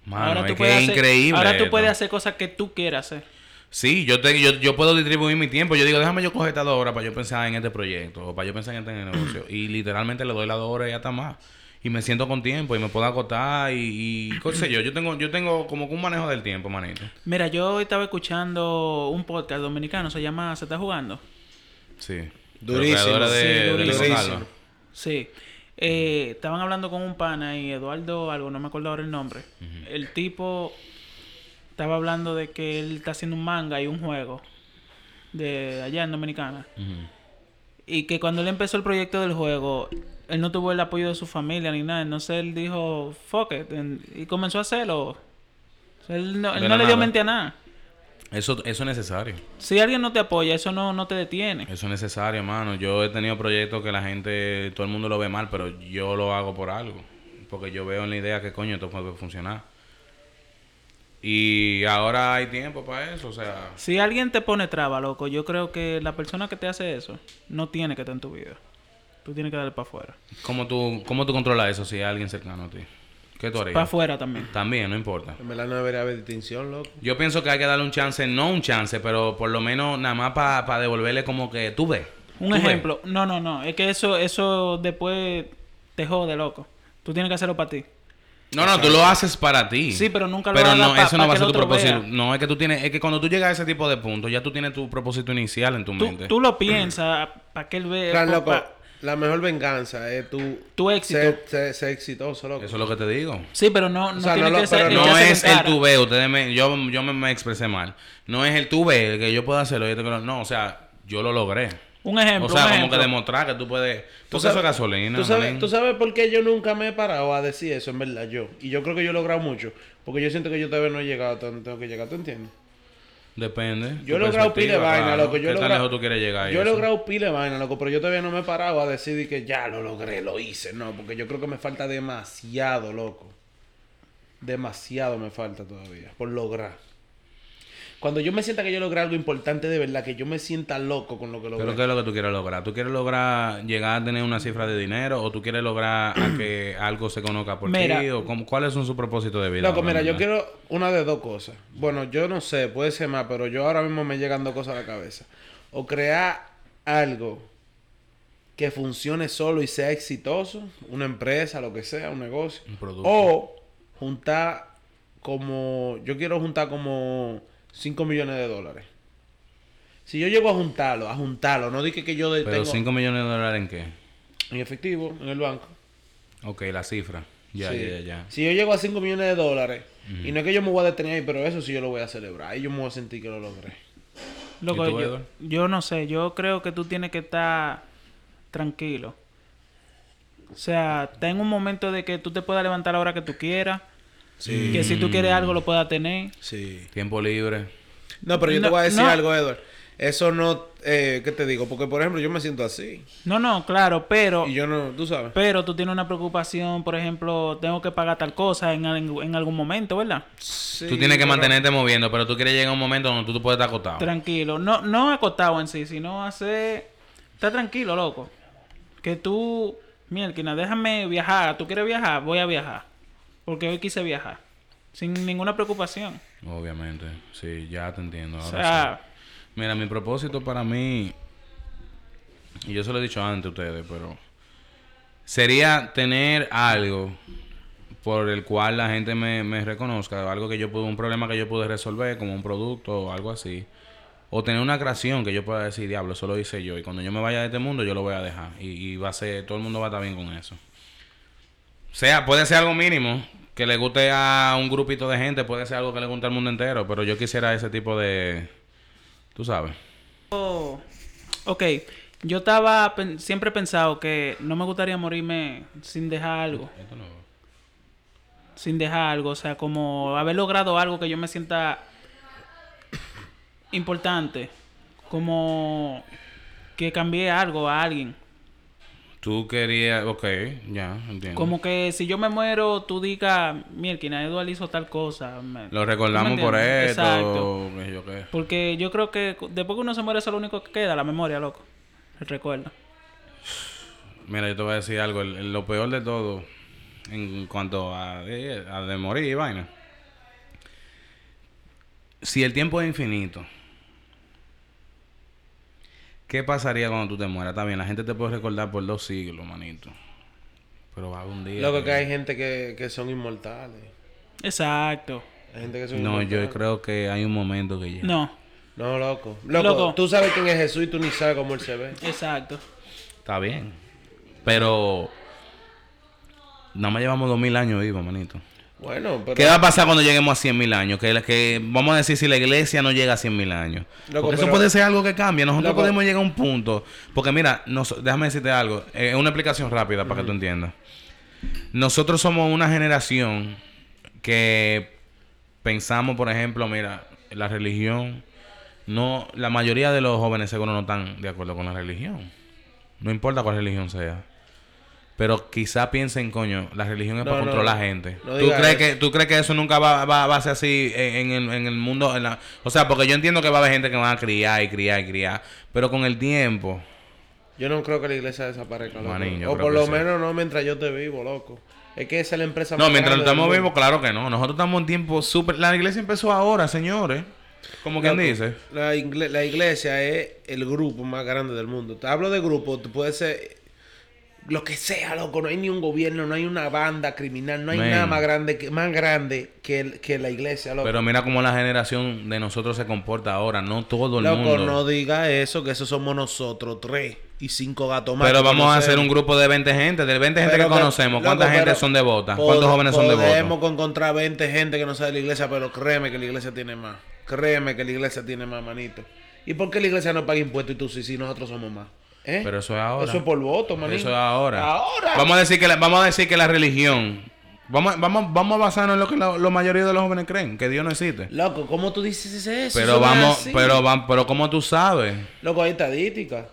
Speaker 3: Mano, es que
Speaker 2: puedes
Speaker 3: es
Speaker 2: hacer-
Speaker 3: increíble
Speaker 2: Ahora tú
Speaker 3: esto.
Speaker 2: puedes hacer cosas que tú quieras hacer.
Speaker 3: Sí, yo, te, yo, yo puedo distribuir mi tiempo. Yo digo, déjame yo coger estas dos horas para yo pensar en este proyecto o para yo pensar en este negocio. y literalmente le doy las dos horas y hasta más. Y me siento con tiempo y me puedo acotar y, y qué sé yo. Yo tengo, yo tengo como que un manejo del tiempo, manito.
Speaker 2: Mira, yo hoy estaba escuchando un podcast dominicano, se llama Se está jugando.
Speaker 3: Sí.
Speaker 1: Durísimo,
Speaker 3: Pero creadora de,
Speaker 2: sí,
Speaker 3: de Luis
Speaker 1: durísimo.
Speaker 3: Gonzalo.
Speaker 2: Sí. Eh, estaban hablando con un pana y Eduardo, algo, no me acuerdo ahora el nombre. El tipo estaba hablando de que él está haciendo un manga y un juego de allá en Dominicana.
Speaker 3: Ujú.
Speaker 2: Y que cuando él empezó el proyecto del juego, él no tuvo el apoyo de su familia ni nada. Entonces él dijo, fuck it, en- y comenzó a hacerlo. O sea, él no, él
Speaker 3: De
Speaker 2: no
Speaker 3: la
Speaker 2: le dio
Speaker 3: nada.
Speaker 2: mente a nada.
Speaker 3: Eso, eso es necesario.
Speaker 2: Si alguien no te apoya, eso no, no te detiene.
Speaker 3: Eso es necesario, mano. Yo he tenido proyectos que la gente, todo el mundo lo ve mal, pero yo lo hago por algo. porque yo veo en la idea que coño esto puede funcionar. Y ahora hay tiempo para eso, o sea,
Speaker 2: Si alguien te pone traba, loco, yo creo que la persona que te hace eso no tiene que estar en tu vida. Tú tienes que darle para afuera.
Speaker 3: ¿cómo tú, cómo tú controlas eso si hay alguien cercano a ti? ¿Qué tú
Speaker 2: Para
Speaker 3: harías?
Speaker 2: afuera también.
Speaker 3: También, no importa.
Speaker 1: En verdad no debería haber distinción, loco.
Speaker 3: Yo pienso que hay que darle un chance, no un chance, pero por lo menos nada más para devolverle como que tú ves.
Speaker 2: Un
Speaker 3: tú ves".
Speaker 2: ejemplo. No, no, no. Es que eso, eso después te jode, loco. Tú tienes que hacerlo para ti.
Speaker 3: No, no, tú lo haces para ti.
Speaker 2: Sí, pero nunca lo
Speaker 3: Pero
Speaker 2: hagas
Speaker 3: no,
Speaker 2: pa-
Speaker 3: eso
Speaker 2: pa
Speaker 3: no va a
Speaker 2: que
Speaker 3: ser
Speaker 2: el
Speaker 3: tu
Speaker 2: otro
Speaker 3: propósito.
Speaker 2: vea.
Speaker 3: No, es que tú tienes, es que cuando tú llegas a ese tipo de puntos, ya tú tienes tu propósito inicial en tu
Speaker 2: Tú,
Speaker 3: mente.
Speaker 2: tú lo piensas para que él vea.
Speaker 1: Claro,
Speaker 2: pa-
Speaker 1: loco,
Speaker 2: pa-
Speaker 1: la mejor venganza es tu...
Speaker 2: Eh, Tu éxito.
Speaker 1: Ser, ser- ser exitoso, loco.
Speaker 3: Eso es lo que te digo.
Speaker 2: Sí, pero no, no
Speaker 1: O sea,
Speaker 2: tiene
Speaker 1: no lo-
Speaker 2: que ser.
Speaker 1: pero
Speaker 2: que
Speaker 3: No
Speaker 2: hacer
Speaker 3: es
Speaker 2: en
Speaker 3: el
Speaker 2: cara.
Speaker 3: tú ve, ustedes me, yo, yo me, me expresé mal. No es el tú ve, el que yo pueda hacerlo. yo te creo- no, o sea, yo lo logré.
Speaker 2: Un ejemplo.
Speaker 3: o sea,
Speaker 2: un
Speaker 3: como
Speaker 2: ejemplo.
Speaker 3: que demostrar que tú puedes. Tú eso es gasolina.
Speaker 1: ¿tú sabes,
Speaker 3: Jalín.
Speaker 1: tú sabes por qué yo nunca me he parado a decir eso, en verdad, yo. Y yo creo que yo he logrado mucho. Porque yo siento que yo todavía no he llegado a donde tengo que llegar, ¿tú entiendes?
Speaker 3: Depende.
Speaker 1: Yo he
Speaker 3: tu
Speaker 1: logrado pile de
Speaker 3: perspectiva,
Speaker 1: vaina,
Speaker 3: claro.
Speaker 1: loco. Yo he
Speaker 3: ¿Qué tan
Speaker 1: logrado-
Speaker 3: lejos tú quieres llegar? y
Speaker 1: Yo he
Speaker 3: eso?
Speaker 1: logrado pile de vaina, loco, pero yo todavía no me he parado a decir de que ya lo logré, lo hice. No, porque yo creo que me falta demasiado, loco. Demasiado me falta todavía por lograr. Cuando yo me sienta que yo logré algo importante de verdad, que yo me sienta loco con lo que logré.
Speaker 3: Pero ¿qué es lo que tú quieres lograr? ¿Tú quieres lograr llegar a tener una cifra de dinero o tú quieres lograr a que algo se conozca por
Speaker 2: Mira.
Speaker 3: ti? ¿O cómo- ¿Cuáles son sus propósitos de vida?
Speaker 1: Loco, mira, yo
Speaker 3: realmente?
Speaker 1: quiero una de dos cosas. Bueno, yo no sé, puede ser más, pero yo ahora mismo me llegan dos cosas a la cabeza. O crear algo que funcione solo y sea exitoso, una empresa, lo que sea, un negocio.
Speaker 3: Un producto.
Speaker 1: O juntar como, yo quiero juntar como 5 millones de dólares. Si yo llego a juntarlo, a juntarlo, no dije que yo de-
Speaker 3: ¿Pero
Speaker 1: tengo
Speaker 3: 5 millones de dólares en qué?
Speaker 1: en efectivo en el banco.
Speaker 3: Ok, la cifra. Ya,
Speaker 1: Sí.
Speaker 3: ya, ya, ya. Mm.
Speaker 1: Si yo llego a 5 millones de dólares, y no es que yo me voy a detener ahí, pero eso sí yo lo voy a celebrar. Y yo me voy a sentir que lo logré.
Speaker 2: Loco,
Speaker 3: ¿Y tú,
Speaker 2: yo,
Speaker 3: Edward?
Speaker 2: yo no sé, yo creo que tú tienes que estar tranquilo. O sea, está en un momento de que tú te puedas levantar a la hora que tú quieras. Que si tú quieres algo lo puedas tener.
Speaker 1: Sí.
Speaker 3: Tiempo libre.
Speaker 1: No, pero yo te
Speaker 2: No,
Speaker 1: voy a decir
Speaker 2: no.
Speaker 1: algo, Edward. Eso no, eh, ¿qué te digo? Porque, por ejemplo, yo me siento así.
Speaker 2: No, no, claro, pero
Speaker 1: Y yo no, tú sabes.
Speaker 2: pero tú tienes una preocupación, por ejemplo, tengo que pagar tal cosa en, al- en algún momento, ¿verdad?
Speaker 1: Sí,
Speaker 3: tú tienes que
Speaker 1: pero-
Speaker 3: mantenerte moviendo, pero tú quieres llegar a un momento donde tú, te puedes estar acostado.
Speaker 2: Tranquilo, no no acostado en sí, sino hacer está tranquilo, loco. Que tú, mielquina, déjame viajar, tú quieres viajar, voy a viajar. Porque hoy quise viajar sin ninguna preocupación.
Speaker 3: Obviamente. Sí, ya te entiendo.
Speaker 2: O
Speaker 3: Ahora sí.
Speaker 2: sea,
Speaker 3: Mira, mi propósito para mí, y yo se lo he dicho antes a ustedes, pero sería tener algo por el cual la gente me, me reconozca, algo que yo pude, un problema que yo pude resolver, como un producto o algo así, o tener una creación que yo pueda decir, diablo, eso lo hice yo, y cuando yo me vaya de este mundo, yo lo voy a dejar, y, y va a ser, todo el mundo va a estar bien con eso. Sea, puede ser algo mínimo, que le guste a un grupito de gente, puede ser algo que le guste al mundo entero, pero yo quisiera ese tipo de, tú sabes.
Speaker 2: yo- oh, ok, yo estaba pen- siempre he pensado que no me gustaría morirme sin dejar algo,
Speaker 3: Esto no.
Speaker 2: sin dejar algo, o sea, como haber logrado algo que yo me sienta importante, como que cambié algo a alguien.
Speaker 3: Tú querías, ok, ya, entiendo.
Speaker 2: Como que si yo me muero, tú digas, Mierkina, Eduardo hizo tal cosa. me-
Speaker 3: Lo
Speaker 2: ¿tú
Speaker 3: recordamos
Speaker 2: me
Speaker 3: por
Speaker 2: entiendes?
Speaker 3: esto,
Speaker 2: Exacto.
Speaker 3: qué sé yo qué.
Speaker 2: Porque yo creo que cu- después que uno se muere, eso es lo único que queda, la memoria, loco. El recuerdo.
Speaker 3: Mira, yo te voy a decir algo, el- el- lo peor de todo en cuanto a, eh, a de morir y vaina. Si el tiempo es infinito, ¿qué pasaría cuando tú te mueras? Está bien, la gente te puede recordar por dos siglos, manito. Pero va a un día.
Speaker 1: Loco, que hay gente que, que son inmortales.
Speaker 2: Exacto.
Speaker 1: Hay gente que son
Speaker 3: No, yo
Speaker 1: inmortales.
Speaker 3: creo que hay un momento que llega.
Speaker 2: No,
Speaker 1: No, loco. loco.
Speaker 2: Loco.
Speaker 1: tú sabes quién es Jesús y tú ni sabes cómo él se ve.
Speaker 2: exacto.
Speaker 3: Está bien. Pero. Nada más llevamos 2000 años vivos, manito.
Speaker 1: Bueno, pero...
Speaker 3: ¿Qué va a pasar cuando lleguemos a 100.000 años? Que, la- que vamos a decir si la iglesia no llega a 100.000 años.
Speaker 1: Loco,
Speaker 3: porque eso
Speaker 1: pero-
Speaker 3: puede ser algo que cambie. Nosotros
Speaker 1: Loco.
Speaker 3: podemos llegar a un punto. Porque mira, nos- déjame decirte algo. Es una explicación rápida para que tú entiendas. Nosotros somos una generación que pensamos, por ejemplo, mira, la religión. No, la mayoría de los jóvenes seguro no están de acuerdo con la religión. No importa cuál religión sea. Pero quizá piensen, coño, la religión es
Speaker 1: No,
Speaker 3: para
Speaker 1: no,
Speaker 3: controlar
Speaker 1: no.
Speaker 3: gente.
Speaker 1: No
Speaker 3: ¿Tú,
Speaker 1: digas
Speaker 3: crees
Speaker 1: eso.
Speaker 3: que, ¿Tú crees que eso nunca va, va- va a ser así en, en el, en el mundo? en la- O sea, porque yo entiendo que va a haber gente que va a criar y criar y criar. Pero con el tiempo,
Speaker 1: Yo no creo que la iglesia desaparezca. loco.
Speaker 3: Manín, yo
Speaker 1: o
Speaker 3: creo
Speaker 1: por
Speaker 3: que
Speaker 1: lo
Speaker 3: sí.
Speaker 1: menos no mientras yo te vivo, loco. Es que esa es la empresa
Speaker 3: No,
Speaker 1: más
Speaker 3: mientras
Speaker 1: grande del
Speaker 3: estamos
Speaker 1: mundo.
Speaker 3: vivos, claro que no. Nosotros estamos en tiempo súper... La iglesia empezó ahora, señores. Como quien
Speaker 1: Loco,
Speaker 3: dice.
Speaker 1: La, ingle- la iglesia es el grupo más grande del mundo. Te hablo de grupo, tú puedes ser lo que sea, loco. No hay ni un gobierno, no hay una banda criminal, no hay
Speaker 3: Men.
Speaker 1: nada más grande que, más grande que, el- que la iglesia, loco.
Speaker 3: Pero mira cómo la generación de nosotros se comporta ahora. No todo el
Speaker 1: loco,
Speaker 3: mundo.
Speaker 1: no diga eso, que eso somos nosotros, tres y cinco gatos más.
Speaker 3: Pero
Speaker 1: que
Speaker 3: vamos a
Speaker 1: conocemos.
Speaker 3: hacer un grupo de 20 gente. De 20 gente
Speaker 1: Pero
Speaker 3: que conocemos,
Speaker 1: loco,
Speaker 3: ¿cuánta gente
Speaker 1: pero
Speaker 3: son devotas?
Speaker 1: pod-
Speaker 3: ¿Cuántos jóvenes son devotos?
Speaker 1: Podemos encontrar 20 gente que no sabe de la iglesia, pero créeme que la iglesia tiene más. Créeme que la iglesia tiene más, manito. ¿Y por qué la iglesia no paga impuestos y tú sí, si nosotros somos más? ¿Eh?
Speaker 3: Pero eso es ahora.
Speaker 1: Eso es por voto, manito.
Speaker 3: Eso es ahora.
Speaker 1: Ahora.
Speaker 3: Vamos a decir que la, vamos a decir que la religión... Vamos, vamos, vamos a basarnos en lo que la, la mayoría de los jóvenes creen. Que Dios no existe.
Speaker 1: Loco, ¿cómo tú dices eso?
Speaker 3: Pero
Speaker 1: Eso no es
Speaker 3: vamos...
Speaker 1: así.
Speaker 3: Pero, van, pero ¿cómo tú sabes?
Speaker 1: Loco, hay estadística.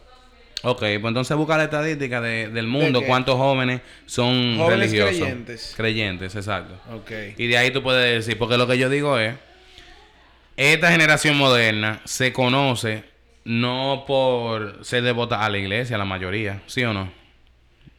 Speaker 3: Ok, pues entonces busca la estadística de- del mundo,
Speaker 1: qué?
Speaker 3: cuántos jóvenes son
Speaker 1: Jóvenes
Speaker 3: religiosos.
Speaker 1: creyentes.
Speaker 3: Creyentes, exacto.
Speaker 1: Ok.
Speaker 3: Y de ahí tú puedes decir, porque lo que yo digo es, esta generación moderna se conoce no por ser devota a la iglesia, la mayoría, ¿sí o no?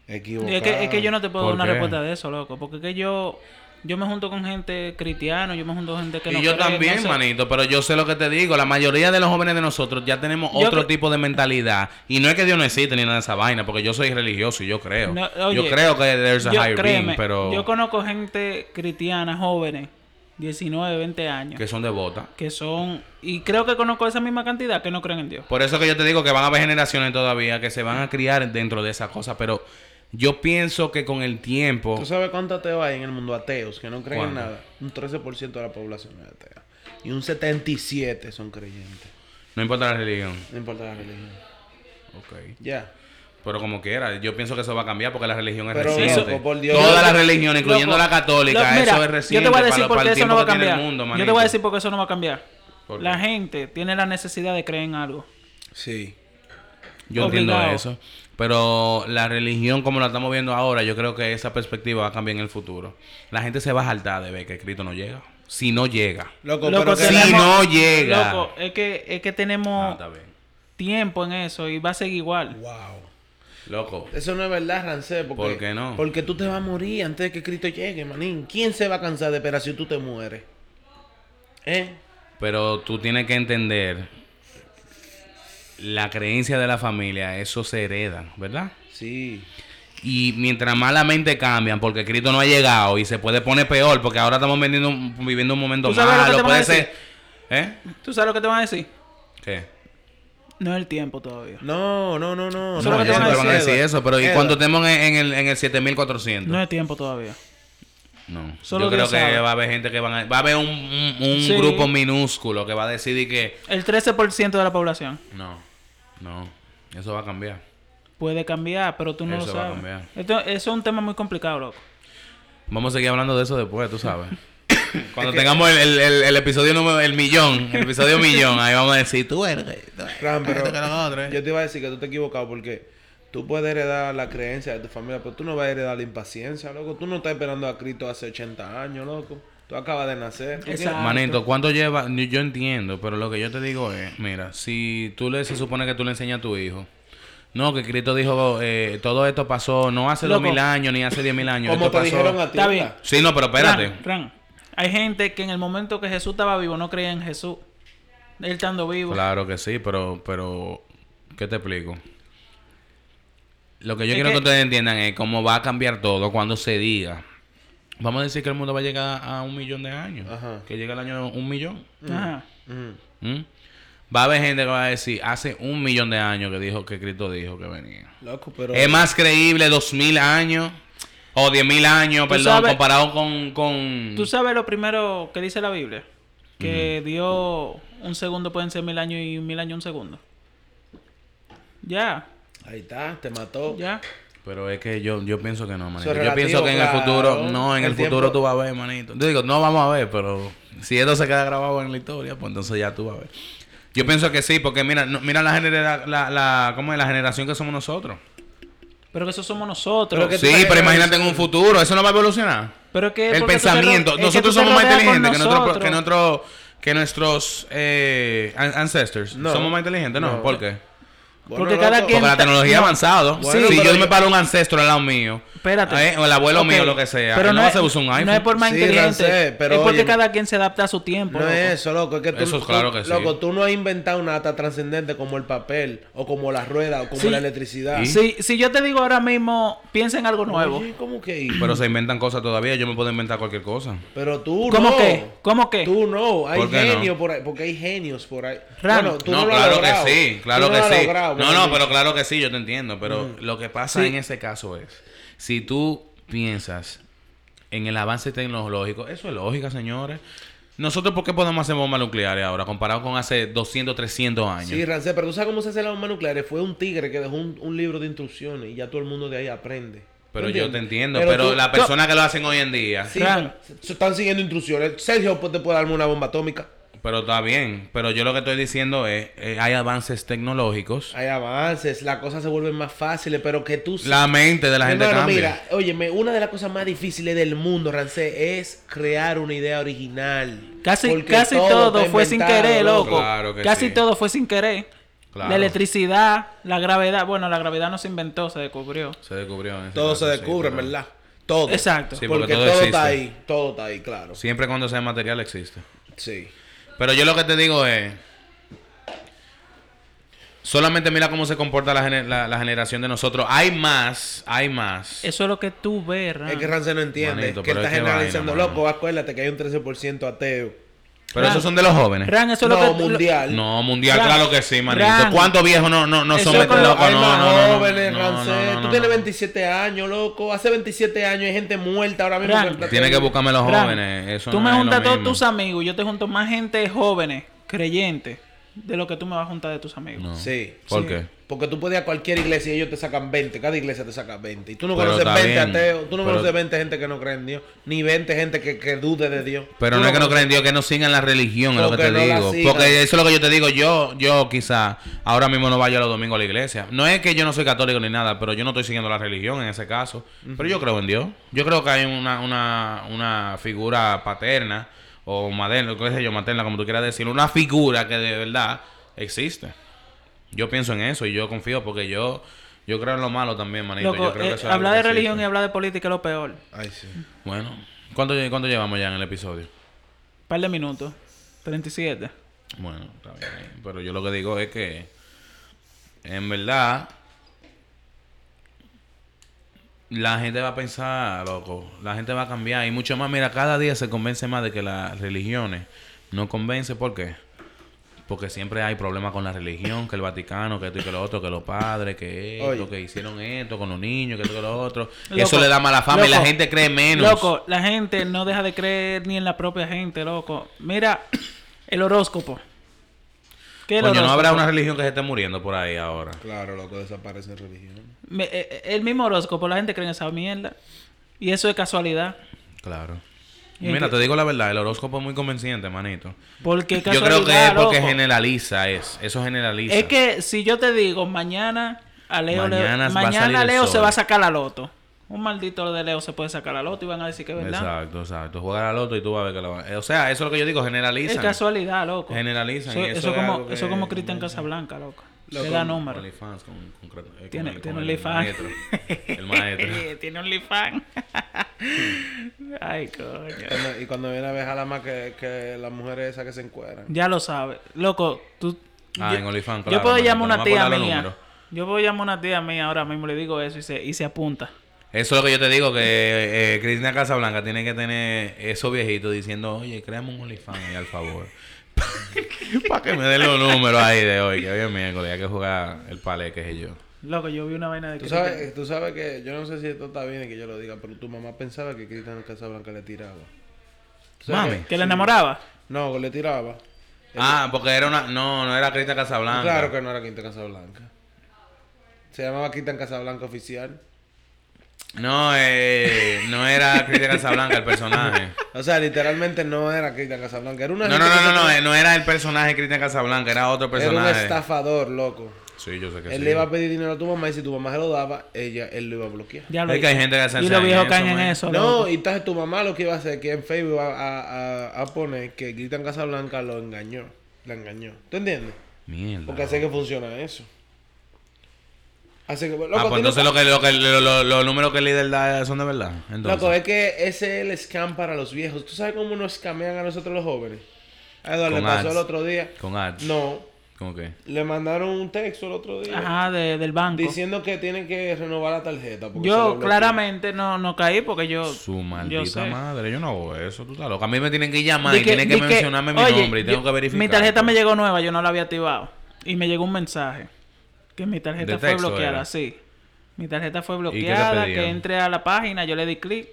Speaker 1: Equivocado.
Speaker 2: Es que, es que yo no te puedo dar
Speaker 3: ¿Por
Speaker 2: una
Speaker 3: qué?
Speaker 2: respuesta de eso, loco. Porque es que yo, yo me junto con gente cristiana, yo me junto con gente que no
Speaker 3: Y yo
Speaker 2: cree,
Speaker 3: también,
Speaker 2: no sé.
Speaker 3: manito, pero yo sé lo que te digo, la mayoría de los jóvenes de nosotros ya tenemos
Speaker 2: Yo
Speaker 3: otro
Speaker 2: cre-
Speaker 3: tipo de mentalidad. Y no es que Dios no existe ni nada de esa vaina, porque yo soy religioso y yo creo.
Speaker 2: No,
Speaker 3: yo
Speaker 2: oye,
Speaker 3: creo que there's a
Speaker 2: Yo,
Speaker 3: higher
Speaker 2: créeme,
Speaker 3: being, pero
Speaker 2: yo conozco gente cristiana, jóvenes, 19, 20 años,
Speaker 3: que son devotas.
Speaker 2: que son... Y creo que conozco esa misma cantidad que no creen en Dios.
Speaker 3: Por eso que yo te digo que van a haber generaciones todavía que se van a criar dentro de esa cosa, pero yo pienso que con el tiempo
Speaker 1: ¿Tú sabes cuántos ateos hay en el mundo? Ateos que no creen en
Speaker 3: ¿Cuántos?
Speaker 1: nada. Un 13% de la población es atea. Y un 77% son creyentes.
Speaker 3: no importa la religión.
Speaker 1: No importa la religión.
Speaker 3: Ok.
Speaker 1: Ya.
Speaker 3: Pero como quiera, yo pienso que eso va a cambiar porque la religión es
Speaker 1: Pero,
Speaker 3: reciente.
Speaker 1: loco, por Dios.
Speaker 3: Todas
Speaker 1: Loco,
Speaker 3: las religiones, incluyendo
Speaker 2: Loco,
Speaker 3: la católica,
Speaker 2: lo- mira,
Speaker 3: eso es reciente.
Speaker 2: Yo te voy a
Speaker 3: para
Speaker 2: decir
Speaker 3: lo-
Speaker 2: por
Speaker 3: para
Speaker 2: qué
Speaker 3: el
Speaker 2: eso no
Speaker 3: tiempo
Speaker 2: va a
Speaker 3: que tiene el
Speaker 2: cambiar. yo
Speaker 3: mundo,
Speaker 2: te voy a
Speaker 3: manito.
Speaker 2: decir por qué eso no va a cambiar.
Speaker 3: ¿Por qué?
Speaker 2: La gente tiene la necesidad de creer en algo.
Speaker 1: Sí.
Speaker 3: Yo entiendo
Speaker 2: Obligado.
Speaker 3: eso. Pero la religión como la estamos viendo ahora, yo creo que esa perspectiva va a cambiar en el futuro. La gente se va a saltar de ver que Cristo no llega. Si no llega.
Speaker 1: Loco,
Speaker 2: Loco,
Speaker 1: pero que
Speaker 3: Si
Speaker 2: tenemos-
Speaker 3: no llega.
Speaker 2: Loco, es que, es que
Speaker 3: Ah,
Speaker 2: tenemos
Speaker 3: está bien.
Speaker 2: tiempo en eso y va a seguir igual.
Speaker 1: Wow.
Speaker 3: Loco.
Speaker 1: Eso no es verdad, Rancé. Porque,
Speaker 3: ¿Por qué no?
Speaker 1: Porque tú te vas a morir antes de que Cristo llegue, manín. ¿Quién se va a cansar de esperar si tú te mueres? ¿Eh?
Speaker 3: Pero tú tienes que entender la creencia de la familia, eso se hereda, ¿verdad?
Speaker 1: Sí.
Speaker 3: Y mientras más la mente cambian, porque Cristo no ha llegado y se puede poner peor, porque ahora estamos vendiendo un- viviendo un momento
Speaker 2: ¿Tú sabes lo que
Speaker 3: malo,
Speaker 2: te van a
Speaker 3: puede
Speaker 2: decir?
Speaker 3: ser. ¿Eh?
Speaker 2: ¿Tú sabes lo que te van a decir?
Speaker 3: ¿Qué?
Speaker 2: No es el tiempo todavía.
Speaker 1: No, no, no, no.
Speaker 2: Eso es lo que te van a
Speaker 3: siempre van a
Speaker 1: Edward.
Speaker 3: decir eso, pero ¿y
Speaker 1: Edward,
Speaker 3: cuando estemos en, en el, en el 7400?
Speaker 2: No es tiempo todavía.
Speaker 3: No.
Speaker 2: Solo
Speaker 3: Yo creo
Speaker 2: Dios
Speaker 3: que
Speaker 2: sabe.
Speaker 3: va a haber gente que van a, va a haber un, un- un
Speaker 2: Sí.
Speaker 3: grupo minúsculo que va a decidir que
Speaker 2: El 13% de la población
Speaker 3: no, no, eso va a cambiar.
Speaker 2: puede cambiar, pero tú no
Speaker 3: Eso
Speaker 2: lo
Speaker 3: va a
Speaker 2: sabes.
Speaker 3: cambiar.
Speaker 2: Esto, eso es un tema muy complicado, loco.
Speaker 3: Vamos a seguir hablando de eso después, tú sabes. Cuando tengamos el, el, el, el episodio número, el millón, el episodio millón, ahí vamos a decir, tú eres, tú eres
Speaker 1: Ram, pero
Speaker 3: que nosotros, eh".
Speaker 1: yo te iba a decir que tú te has equivocado porque tú puedes heredar la creencia de tu familia, pero tú no vas a heredar la impaciencia, loco. Tú no estás esperando a Cristo hace 80 años, loco. Tú acabas de nacer. ¿Tú
Speaker 2: Exacto.
Speaker 3: Manito, ¿cuánto lleva? Ni- Yo entiendo, pero lo que yo te digo es, mira, si tú le, se supone que tú le enseñas a tu hijo, no, que Cristo dijo, eh, todo esto pasó no hace dos
Speaker 2: Loco.
Speaker 3: mil años, ni hace diez mil
Speaker 1: quieres-
Speaker 3: años,
Speaker 1: Como
Speaker 3: esto
Speaker 1: te
Speaker 3: pasó...
Speaker 1: dijeron a ti.
Speaker 2: Está bien.
Speaker 1: ¿verdad?
Speaker 3: Sí, no, pero espérate.
Speaker 2: Ran, Ran, hay gente que en el momento que Jesús estaba vivo no creía en Jesús. Él estando vivo.
Speaker 3: Claro que sí, pero, pero, ¿qué te explico? Lo que yo
Speaker 2: Es
Speaker 3: quiero que...
Speaker 2: que-
Speaker 3: ustedes entiendan es cómo va a cambiar todo cuando se diga. Vamos a decir que el mundo va a llegar a un millón de años.
Speaker 1: Ajá.
Speaker 3: Que llega el año un millón.
Speaker 2: Ajá.
Speaker 1: Ujú.
Speaker 3: ¿Mm? Va a haber gente que va a decir, hace un millón de años que dijo que Cristo dijo que venía.
Speaker 1: Loco, pero.
Speaker 3: Es más creíble dos mil años o diez mil años,
Speaker 2: Tú
Speaker 3: perdón,
Speaker 2: sabes-
Speaker 3: comparado con... con...
Speaker 2: ¿Tú sabes lo primero que dice la Biblia? Que Dios, un segundo pueden ser mil años y mil años un segundo. Ya,
Speaker 1: Ahí está, te mató.
Speaker 2: ya.
Speaker 3: Pero es que yo, yo pienso que no,
Speaker 1: Eso
Speaker 3: manito.
Speaker 1: es
Speaker 3: yo
Speaker 1: relativo,
Speaker 3: pienso que en el
Speaker 1: claro.
Speaker 3: futuro, no, en el,
Speaker 1: El
Speaker 3: futuro
Speaker 1: tiempo-
Speaker 3: tú vas a ver, manito. Yo digo, no vamos a ver, pero si esto se queda grabado en la historia, pues entonces ya tú vas a ver. Yo pienso que sí, porque mira, no- mira la, genera, la, la, ¿cómo es? la generación que somos nosotros.
Speaker 2: Pero que eso somos nosotros.
Speaker 1: Pero que tú
Speaker 3: Sí,
Speaker 1: sabes
Speaker 3: pero
Speaker 1: que-
Speaker 3: imagínate en un futuro, eso no va a evolucionar.
Speaker 2: Pero es Eh, que porque
Speaker 3: el
Speaker 2: tú te ro-
Speaker 3: pensamiento.
Speaker 2: es que
Speaker 3: nosotros
Speaker 2: tú te
Speaker 3: somos más
Speaker 2: rodeas con
Speaker 3: inteligentes que, nosotros,
Speaker 2: nosotros.
Speaker 3: que, nuestro- que nuestros eh, an- ancestors.
Speaker 1: No.
Speaker 3: Somos más inteligentes, ¿no?
Speaker 1: No.
Speaker 3: ¿Por qué?
Speaker 1: Bueno,
Speaker 2: Porque cada
Speaker 1: loco,
Speaker 2: quien-
Speaker 3: Porque la
Speaker 2: Em, ta-
Speaker 3: tecnología ha
Speaker 2: no.
Speaker 3: avanzado.
Speaker 1: Bueno,
Speaker 3: si
Speaker 1: pero
Speaker 3: yo
Speaker 1: yo-
Speaker 3: me paro un ancestro al lado mío,
Speaker 2: Espérate.
Speaker 3: eh, o el abuelo
Speaker 2: Ok.
Speaker 3: mío, lo que sea,
Speaker 2: Pero
Speaker 3: él no,
Speaker 2: es-
Speaker 3: se usa un iPhone.
Speaker 2: No es por más
Speaker 1: Sí,
Speaker 2: inteligente.
Speaker 1: Rancé, pero
Speaker 2: es porque
Speaker 1: óyeme.
Speaker 2: cada quien se adapta a su tiempo.
Speaker 1: No
Speaker 2: loco.
Speaker 1: es eso, loco. Es que tú,
Speaker 3: Eso es
Speaker 1: tú-
Speaker 3: claro que sí.
Speaker 1: Loco, tú no has inventado una ata trascendente como el papel, o como la rueda, o como
Speaker 2: Sí.
Speaker 1: la electricidad.
Speaker 3: ¿Y?
Speaker 2: Si, si yo te digo ahora mismo, piensa en algo nuevo.
Speaker 1: Oye, ¿cómo que?
Speaker 3: Pero se inventan cosas todavía, yo me puedo inventar cualquier cosa.
Speaker 1: Pero tú
Speaker 2: ¿Cómo
Speaker 1: no.
Speaker 2: qué? ¿Cómo qué?
Speaker 1: Tú no. Hay
Speaker 3: ¿Por qué no?
Speaker 1: genio por ahí. Porque hay genios por ahí.
Speaker 2: Ram.
Speaker 1: tú
Speaker 3: no,
Speaker 1: lo has
Speaker 3: claro
Speaker 1: logrado.
Speaker 3: que sí,
Speaker 1: Tú
Speaker 3: claro
Speaker 1: no
Speaker 3: que
Speaker 1: lo has
Speaker 3: sí.
Speaker 1: logrado, Mm.
Speaker 3: no,
Speaker 1: Moni.
Speaker 3: no, pero claro que sí, yo te entiendo. Pero lo que pasa
Speaker 2: Sí.
Speaker 3: en ese caso es, si tú piensas en el avance tecnológico, eso es lógica, señores. Nosotros, ¿por qué podemos hacer bombas nucleares ahora comparado con hace 200, 300 años?
Speaker 1: Sí, Rancé, pero tú sabes cómo se hace la bomba nuclear. Fue un tigre que dejó un, un libro de instrucciones y ya todo el mundo de ahí aprende.
Speaker 3: pero
Speaker 1: ¿Tú
Speaker 3: yo te
Speaker 1: entiendes?
Speaker 3: entiendo, pero,
Speaker 1: tú-
Speaker 3: la persona que lo hacen hoy en día,
Speaker 1: Sí,
Speaker 2: Ram.
Speaker 1: pero se- están siguiendo instrucciones. Sergio pues, te puede darme una bomba atómica.
Speaker 3: pero está bien. Pero yo lo que estoy diciendo es, eh, hay avances tecnológicos,
Speaker 1: Hay avances, las cosas se vuelven más fáciles, pero que tú...
Speaker 3: la mente de la gente
Speaker 1: Hermano,
Speaker 3: cambia.
Speaker 1: mira, óyeme, una de las cosas más difíciles del mundo, Rancé, es crear una idea original.
Speaker 2: Casi,
Speaker 1: Porque
Speaker 2: casi todo,
Speaker 1: está
Speaker 2: fue sin
Speaker 1: inventado,
Speaker 2: querer, loco.
Speaker 3: Claro que
Speaker 2: casi
Speaker 3: sí.
Speaker 2: todo fue sin querer.
Speaker 3: Claro.
Speaker 2: La electricidad, la gravedad. Bueno, la gravedad no se inventó, se descubrió.
Speaker 3: Se descubrió. en ese
Speaker 1: Todo se
Speaker 3: caso, sí,
Speaker 1: descubre,
Speaker 3: pero-
Speaker 1: ¿verdad? Todo.
Speaker 2: Exacto.
Speaker 3: Sí,
Speaker 1: porque,
Speaker 3: porque todo
Speaker 1: todo,
Speaker 3: existe.
Speaker 1: está ahí, todo está ahí, claro. Sí.
Speaker 3: Siempre cuando sea material existe. Pero yo lo que te digo es. Solamente mira cómo se comporta la, gener- la- la generación de nosotros. Hay más, hay más.
Speaker 2: Eso es lo que tú ves, Ram.
Speaker 1: Es que Rancé no entiende,
Speaker 3: Manito,
Speaker 1: que
Speaker 3: pero
Speaker 1: está
Speaker 3: es que vaina,
Speaker 1: generalizando.
Speaker 3: mano.
Speaker 1: Loco, acuérdate que hay un 13% ateo.
Speaker 3: Pero esos son de los jóvenes.
Speaker 2: Ram, eso es
Speaker 1: no,
Speaker 2: lo que. lo-
Speaker 1: mundial.
Speaker 3: No, mundial,
Speaker 2: Ran.
Speaker 3: claro que sí, manito.
Speaker 2: Ran.
Speaker 3: ¿Cuántos viejos no, no, no
Speaker 2: Eso
Speaker 3: son
Speaker 2: es
Speaker 3: meten
Speaker 2: con-
Speaker 3: loco?
Speaker 1: hay
Speaker 3: No,
Speaker 1: más
Speaker 3: no, no,
Speaker 1: jóvenes,
Speaker 3: no,
Speaker 1: Rancé.
Speaker 3: no, no,
Speaker 1: Tú
Speaker 3: no,
Speaker 1: tienes
Speaker 3: no.
Speaker 1: 27 años, loco. Hace 27 años hay gente muerta ahora mismo.
Speaker 2: Ran.
Speaker 1: en el planeta.
Speaker 3: Tienes que buscarme los
Speaker 2: Ram,
Speaker 3: jóvenes. Eso
Speaker 2: tú
Speaker 3: no
Speaker 2: me
Speaker 3: es lo
Speaker 2: juntas todos
Speaker 3: mismo.
Speaker 2: tus amigos, yo te junto más gente jóvenes, creyentes, de lo que tú me vas a juntar de tus amigos.
Speaker 3: No.
Speaker 1: Sí.
Speaker 3: ¿Por
Speaker 2: Sí.
Speaker 3: qué?
Speaker 1: Porque tú puedes ir a cualquier iglesia y ellos te sacan 20. Cada iglesia te saca 20. Y tú no
Speaker 3: Pero
Speaker 1: conoces
Speaker 3: está
Speaker 1: 20
Speaker 3: bien,
Speaker 1: ateos. Tú no
Speaker 3: pero-
Speaker 1: conoces 20 gente que no cree en Dios. Ni 20 gente que, que dude de Dios.
Speaker 3: Pero
Speaker 1: Tú
Speaker 3: no es que no
Speaker 1: conoces.
Speaker 3: creen en Dios, que no sigan la religión, es lo que
Speaker 1: Porque
Speaker 3: te
Speaker 1: no la
Speaker 3: digo.
Speaker 1: sigan.
Speaker 3: Porque eso es lo que yo te digo. Yo, yo quizá ahora mismo no vaya los domingos a la iglesia. No es que yo no soy católico ni nada, pero yo no estoy siguiendo la religión en ese caso. Pero yo creo en Dios. Yo creo que hay una, una, una figura paterna o materna, qué sé yo, materna, como tú quieras decir. Una figura que de verdad existe. Yo pienso en eso y yo confío porque yo, yo creo en lo malo también, manito.
Speaker 2: Loco,
Speaker 3: yo creo
Speaker 2: eh,
Speaker 3: eso es algo
Speaker 2: hablar
Speaker 3: que
Speaker 2: de
Speaker 3: existe.
Speaker 2: religión y hablar de política es lo peor.
Speaker 1: Ay, sí.
Speaker 3: Bueno, ¿cuánto, lle- ¿cuánto llevamos ya en el episodio?
Speaker 2: par de minutos. 37.
Speaker 3: Bueno, está bien. Pero yo lo que digo es que, en verdad, la gente va a pensar, loco, la gente va a cambiar. Y mucho más, mira, cada día se convence más de que las religiones no convence. ¿Por qué? Porque siempre hay problemas con la religión, que el Vaticano, que esto y que lo otro, que los padres, que esto,
Speaker 1: Oye.
Speaker 3: que hicieron esto con los niños, que esto que lo otro.
Speaker 2: Loco,
Speaker 3: Eso le da mala fama y la
Speaker 2: loco,
Speaker 3: gente cree menos.
Speaker 2: Loco, la gente no deja de creer ni en la propia gente, loco. Mira, el horóscopo. ¿Qué es el
Speaker 3: Coño, no
Speaker 2: horóscopo?
Speaker 3: habrá una religión que se esté muriendo por ahí ahora.
Speaker 1: Claro, loco, desaparece religión.
Speaker 2: Me- eh, eh, el mismo horóscopo, la gente cree en esa mierda. Y eso es casualidad.
Speaker 3: Claro.
Speaker 2: Y en
Speaker 3: Mira,
Speaker 2: que-
Speaker 3: te digo la verdad, el horóscopo es muy convincente, manito.
Speaker 2: Porque
Speaker 3: Yo
Speaker 2: casualidad,
Speaker 3: creo que es porque
Speaker 2: loco.
Speaker 3: generaliza, es. Eso generaliza.
Speaker 2: Es que si yo te digo mañana a Leo, le-
Speaker 3: Mañana va a salir
Speaker 2: mañana
Speaker 3: el
Speaker 2: Leo se
Speaker 3: sol.
Speaker 2: va a sacar la loto. Un maldito de Leo se puede sacar la loto y van a decir que es verdad.
Speaker 3: Exacto, exacto. Juega al otro y tú vas a ver que la va- eh, O sea, eso es lo que yo digo, generaliza.
Speaker 2: Es casualidad, loco.
Speaker 3: Generalizan,
Speaker 2: Eso,
Speaker 3: y eso
Speaker 2: eso
Speaker 3: es
Speaker 2: como,
Speaker 3: algo que-
Speaker 2: eso como Cristian Casablanca, loco.
Speaker 1: Loco,
Speaker 2: Se da número.
Speaker 3: OnlyFans con, con, cre- eh, con
Speaker 2: Tiene- tiene
Speaker 3: el- con el
Speaker 2: OnlyFans.
Speaker 3: maestro. El maestro.
Speaker 2: Tiene un lifan. Ay, coño.
Speaker 1: Cuando- y cuando viene a ver jala más que, que las mujeres esas que se encueran.
Speaker 2: Ya lo sabes. Loco, tú.
Speaker 3: Ah,
Speaker 2: yo,
Speaker 3: en OnlyFans,
Speaker 2: yo puedo
Speaker 3: claro,
Speaker 2: llamar a
Speaker 3: manito,
Speaker 2: una
Speaker 3: no me
Speaker 2: tía
Speaker 3: acuerdo los
Speaker 2: mía.
Speaker 3: números.
Speaker 2: Yo puedo llamar a una tía mía ahora mismo, le digo eso y se, y se apunta.
Speaker 3: Eso es lo que yo te digo, que eh, Cristina Casablanca tiene que tener esos viejitos diciendo, oye, créame un OnlyFans ahí, al favor. Para que me den los números ahí de hoy, que hoy es miércoles, hay que jugar el palé, que sé yo.
Speaker 2: Loco, yo vi una vaina de
Speaker 1: Tú
Speaker 2: Cristian-
Speaker 1: sabes, tú sabes que, yo no sé si esto está bien y que yo lo diga, pero tu mamá pensaba que Cristian Casablanca le tiraba. ¿Tú sabes
Speaker 3: Mami.
Speaker 1: que-
Speaker 2: que la enamoraba.
Speaker 1: No, que le tiraba.
Speaker 3: Ah, porque era una... No, no era Cristina Casablanca.
Speaker 1: Claro que no era Quinta Casablanca. Se llamaba Quinta Casablanca oficial.
Speaker 3: No, eh, no era Cristina Casablanca el personaje.
Speaker 1: O sea, literalmente no era Quinta Casablanca. Era una
Speaker 3: No, no,
Speaker 1: gente
Speaker 3: no,
Speaker 1: que
Speaker 3: no,
Speaker 1: se-
Speaker 3: no, eh, no era el personaje Cristina Casablanca, era otro
Speaker 1: Era un
Speaker 3: personaje.
Speaker 1: estafador, loco.
Speaker 3: Sí, yo sé que
Speaker 1: él
Speaker 3: sí.
Speaker 1: le iba a pedir dinero a tu mamá y si tu mamá se lo daba, ella, él lo iba a bloquear.
Speaker 2: Ya lo
Speaker 3: Es que hay
Speaker 2: hice.
Speaker 3: gente que se
Speaker 2: Y
Speaker 3: hace
Speaker 2: los viejos
Speaker 3: en
Speaker 2: caen
Speaker 3: eso,
Speaker 2: en
Speaker 3: man.
Speaker 2: eso.
Speaker 1: No,
Speaker 2: loco.
Speaker 1: y entonces tu mamá lo que iba a hacer, que en Facebook va a, a- a poner que Cristian Casablanca lo engañó. La engañó. ¿Tú entiendes?
Speaker 3: Mierda.
Speaker 1: Porque hace que funciona eso. Hace que... Loco,
Speaker 3: Ah,
Speaker 1: ¿tú no
Speaker 3: pues entonces lo que, lo que- lo- lo- los números que el líder da son de verdad. Entonces,
Speaker 1: Loco, es que ese es el scam para los viejos. ¿Tú sabes cómo nos scamean a nosotros los jóvenes? A Eduardo le
Speaker 3: Con
Speaker 1: pasó
Speaker 3: ads.
Speaker 1: el otro día.
Speaker 3: con ads.
Speaker 1: No,
Speaker 3: ¿Cómo que?
Speaker 1: le mandaron un texto el otro día
Speaker 2: Ajá, de- del banco.
Speaker 1: diciendo que tienen que renovar la tarjeta. porque se lo
Speaker 2: Yo
Speaker 1: bloqueó.
Speaker 2: claramente no, no caí porque yo.
Speaker 3: Su
Speaker 2: yo sé.
Speaker 3: maldita madre, yo no hago eso, tú estás loca. A mí me tienen que llamar
Speaker 2: Di
Speaker 3: y tienen que,
Speaker 2: di
Speaker 3: mencionarme mi
Speaker 2: oye,
Speaker 3: nombre y tengo
Speaker 2: yo-
Speaker 3: que verificar.
Speaker 2: Mi tarjeta me llegó nueva, yo no la había activado. Y me llegó un mensaje. Que mi tarjeta
Speaker 3: De
Speaker 2: fue
Speaker 3: texto
Speaker 2: bloqueada,
Speaker 3: era.
Speaker 2: sí. Mi tarjeta fue
Speaker 3: te
Speaker 2: bloqueada,
Speaker 3: pedían?
Speaker 2: que entré a la página, yo le di clic.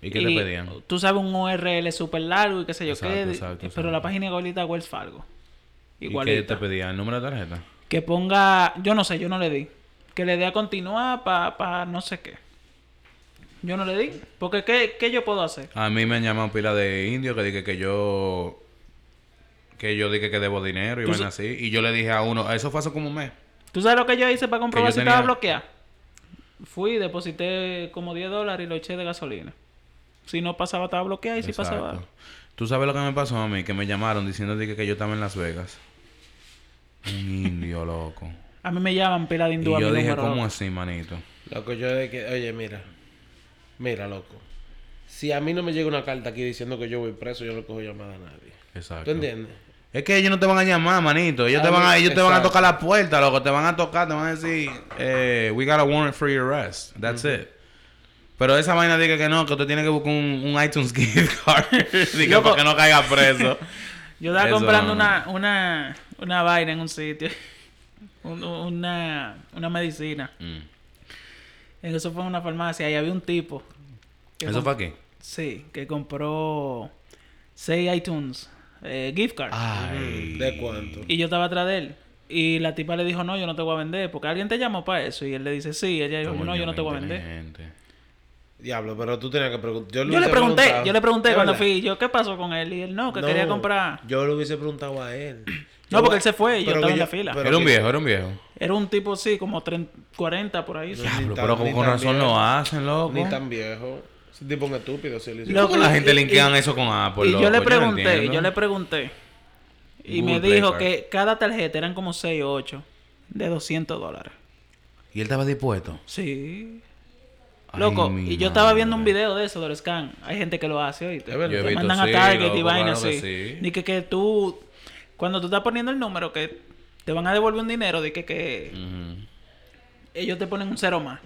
Speaker 3: ¿Y qué te pedían?
Speaker 2: Tú sabes, un URL súper largo y qué sé yo
Speaker 3: Exacto,
Speaker 2: qué.
Speaker 3: exacto,
Speaker 2: pero
Speaker 3: exacto.
Speaker 2: la página igualita a Wells Fargo.
Speaker 3: ¿Y qué
Speaker 2: Igualita.
Speaker 3: te pedían? ¿El número de tarjeta?
Speaker 2: Que ponga, yo no sé, yo no le di. Que le dé a continuar para pa no sé qué. Yo no le di. Porque ¿qué, qué yo puedo hacer?
Speaker 3: A mí me han llamado pila de indios que dije que yo... Que yo dije que debo dinero y
Speaker 2: Tú
Speaker 3: van así. Y yo le dije a uno... Eso fue hace como un mes.
Speaker 2: ¿Tú sabes lo que yo hice para comprobar
Speaker 3: Que
Speaker 2: si
Speaker 3: yo
Speaker 2: estaba
Speaker 3: tenía-
Speaker 2: bloqueada? Fui, deposité como 10 dólares y lo eché de gasolina. Si no pasaba, estaba bloqueada y si
Speaker 3: Exacto.
Speaker 2: pasaba.
Speaker 3: Tú sabes lo que me pasó a mí, que me llamaron diciendo dije, que yo estaba en Las Vegas. Un indio, loco.
Speaker 2: A mí me llaman pila de
Speaker 3: Y
Speaker 2: hindú a mi
Speaker 3: yo dije,
Speaker 2: número,
Speaker 3: ¿cómo
Speaker 2: loco.
Speaker 3: así, manito?
Speaker 1: Loco, yo de que, oye, mira, mira, loco. Si a mí no me llega una carta aquí diciendo que yo voy preso, yo no cojo llamada a nadie.
Speaker 3: Exacto.
Speaker 1: ¿Tú entiendes?
Speaker 3: Es que ellos no te van a llamar, manito. Ellos, te
Speaker 1: Ah,
Speaker 3: van, a, ellos te van a
Speaker 1: exacto.
Speaker 3: tocar la puerta, loco. Te van a tocar, te van a decir, eh, we got a warrant for your arrest. That's it. Pero esa vaina dice que no, que usted tiene que buscar un, un iTunes gift card. Diga,
Speaker 2: Loco.
Speaker 3: para que no caiga preso.
Speaker 2: Yo estaba
Speaker 3: Eso
Speaker 2: comprando
Speaker 3: no.
Speaker 2: una, una, una vaina en un sitio. Un- una, una medicina.
Speaker 3: Mm.
Speaker 2: Eso fue en una farmacia y había un tipo. que
Speaker 3: ¿Eso
Speaker 2: comp-
Speaker 3: fue aquí?
Speaker 2: Sí, que compró seis iTunes eh, gift
Speaker 3: Ah,
Speaker 2: cards.
Speaker 3: Ay.
Speaker 1: ¿De cuánto?
Speaker 2: Y yo estaba atrás de él. Y la tipa le dijo, no, yo no te voy a vender. Porque alguien te llamó para eso. Y él le dice, sí. Ella dijo,
Speaker 3: coño,
Speaker 2: no, yo no
Speaker 3: qué
Speaker 2: te voy a vender.
Speaker 3: inteligente.
Speaker 1: Diablo, pero tú tenías que preguntar. Yo,
Speaker 2: Yo le
Speaker 1: hubiese
Speaker 2: pregunté,
Speaker 1: preguntado.
Speaker 2: yo le pregunté
Speaker 1: ¿Es
Speaker 2: cuando
Speaker 1: verdad?
Speaker 2: fui, yo, ¿qué pasó con él? Y él, no, que
Speaker 1: No,
Speaker 2: quería comprar.
Speaker 1: Yo le hubiese preguntado a él.
Speaker 2: No,
Speaker 1: Yo-
Speaker 2: porque él se fue y yo
Speaker 1: pero
Speaker 2: estaba
Speaker 1: que
Speaker 2: en la fila.
Speaker 1: pero
Speaker 3: Era un
Speaker 1: que-
Speaker 3: viejo, era un viejo.
Speaker 2: Era un tipo, así como 30, 40 por ahí.
Speaker 1: Ni
Speaker 3: Diablo,
Speaker 1: tan-
Speaker 3: pero con,
Speaker 1: ni
Speaker 3: con
Speaker 1: tan
Speaker 3: razón
Speaker 1: viejo,
Speaker 3: lo hacen, loco.
Speaker 1: Ni tan viejo. Ese tipo es un estúpido. Si él hizo-
Speaker 2: Loco,
Speaker 3: ¿Cómo la gente
Speaker 2: y-
Speaker 3: linkean
Speaker 2: y-
Speaker 3: eso con Apple,
Speaker 2: y
Speaker 3: pues loco?
Speaker 2: yo le
Speaker 3: no
Speaker 2: pregunté, yo,
Speaker 3: entiendo.
Speaker 2: le pregunté. Y
Speaker 3: Google
Speaker 2: me
Speaker 3: Play
Speaker 2: dijo
Speaker 3: Card.
Speaker 2: que cada tarjeta eran como 6 o 8 de 200 dólares.
Speaker 3: Y él estaba dispuesto.
Speaker 2: Sí.
Speaker 3: Ay,
Speaker 2: Loco,
Speaker 3: mi
Speaker 2: y yo estaba viendo un
Speaker 3: madre.
Speaker 2: video de eso, del scan. Hay gente que lo hace, ¿oíste?
Speaker 1: Es verdad. Yo he
Speaker 2: Te
Speaker 3: visto,
Speaker 2: mandan
Speaker 3: sí,
Speaker 2: a Target y
Speaker 3: loco,
Speaker 2: vainas
Speaker 3: claro que
Speaker 2: así.
Speaker 3: sí.
Speaker 2: Ni que, que tú, cuando tú estás poniendo el número, que te van a devolver un dinero, de que, que
Speaker 3: Ujú.
Speaker 2: ellos te ponen un cero más.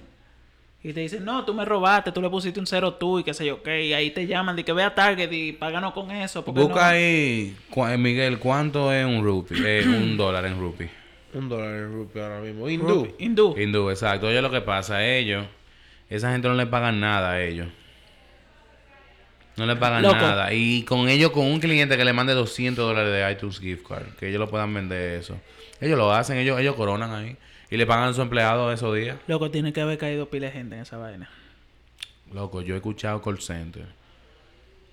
Speaker 2: Y te dicen, no, tú me robaste, tú le pusiste un cero tú y qué sé yo qué. Y ahí te llaman, de que ve a Target y páganos con eso. Porque
Speaker 3: Busca
Speaker 2: no-
Speaker 3: ahí, cua- eh, Miguel, ¿cuánto es un rupee? Eh, un dólar en rupee.
Speaker 1: Un dólar en rupia ahora mismo. Hindú.
Speaker 2: Hindú.
Speaker 3: Hindú, exacto. Oye, lo que pasa, ellos, esa gente no le pagan nada a ellos. No le pagan
Speaker 2: Loco.
Speaker 3: nada. Y con ellos, con un cliente que le mande 200 dólares de iTunes gift card, que ellos lo puedan vender eso. Ellos lo hacen, ellos, ellos coronan ahí. Y le pagan a su empleado esos días.
Speaker 2: Loco, tiene que haber caído pila de gente en esa vaina.
Speaker 3: Loco, yo he escuchado call center.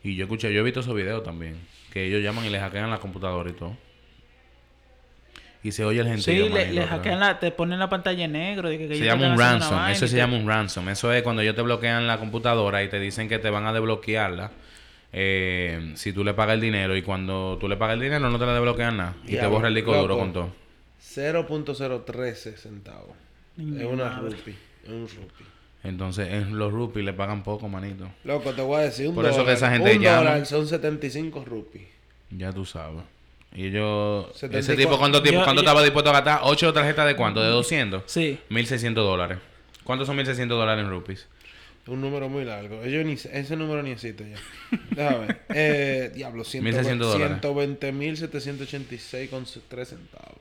Speaker 3: Y yo he escuchado, yo he visto esos videos también. Que ellos llaman y les hackean la computadora y todo. Y se oye el gentío.
Speaker 2: Sí, le,
Speaker 3: manito,
Speaker 2: le
Speaker 3: atrás.
Speaker 2: hackean la, te ponen la pantalla en negro. de que- que
Speaker 3: Se
Speaker 2: ellos
Speaker 3: llama
Speaker 2: te
Speaker 3: un
Speaker 2: están haciendo una
Speaker 3: ransom.
Speaker 2: vaina
Speaker 3: Eso
Speaker 2: y
Speaker 3: se
Speaker 2: todo.
Speaker 3: llama un ransom. Eso es cuando ellos te bloquean la computadora y te dicen que te van a desbloquearla. eh, si tú le pagas el dinero. Y cuando tú le pagas el dinero, no te la desbloquean nada. Y te
Speaker 1: Diablo,
Speaker 3: borra el disco duro
Speaker 1: loco.
Speaker 3: con todo.
Speaker 1: 0.013 centavos.
Speaker 2: Ni
Speaker 1: Es una
Speaker 2: madre.
Speaker 1: rupi. Es un rupi.
Speaker 3: Entonces, en los rupees le pagan poco, manito.
Speaker 1: Loco, te voy a decir un
Speaker 3: Por
Speaker 1: dólar.
Speaker 3: eso que esa gente
Speaker 1: un
Speaker 3: llama.
Speaker 1: dólar son 75 rupi.
Speaker 3: Ya tú sabes. Y yo...
Speaker 1: 74.
Speaker 3: Ese tipo, ¿cuánto, tipo,
Speaker 2: Yo-
Speaker 3: cuánto
Speaker 2: yo-
Speaker 3: estaba dispuesto a gastar? ¿Ocho tarjetas de cuánto? ¿De 200?
Speaker 2: Sí.
Speaker 3: 1.600 dólares. ¿Cuántos son 1.600 dólares en rupees?
Speaker 1: Un número muy largo. Ellos ni- ese número ni existe ya. Déjame ver. Eh, diablo,
Speaker 3: 1.600 dólares.
Speaker 1: 120.786 con 3 centavos.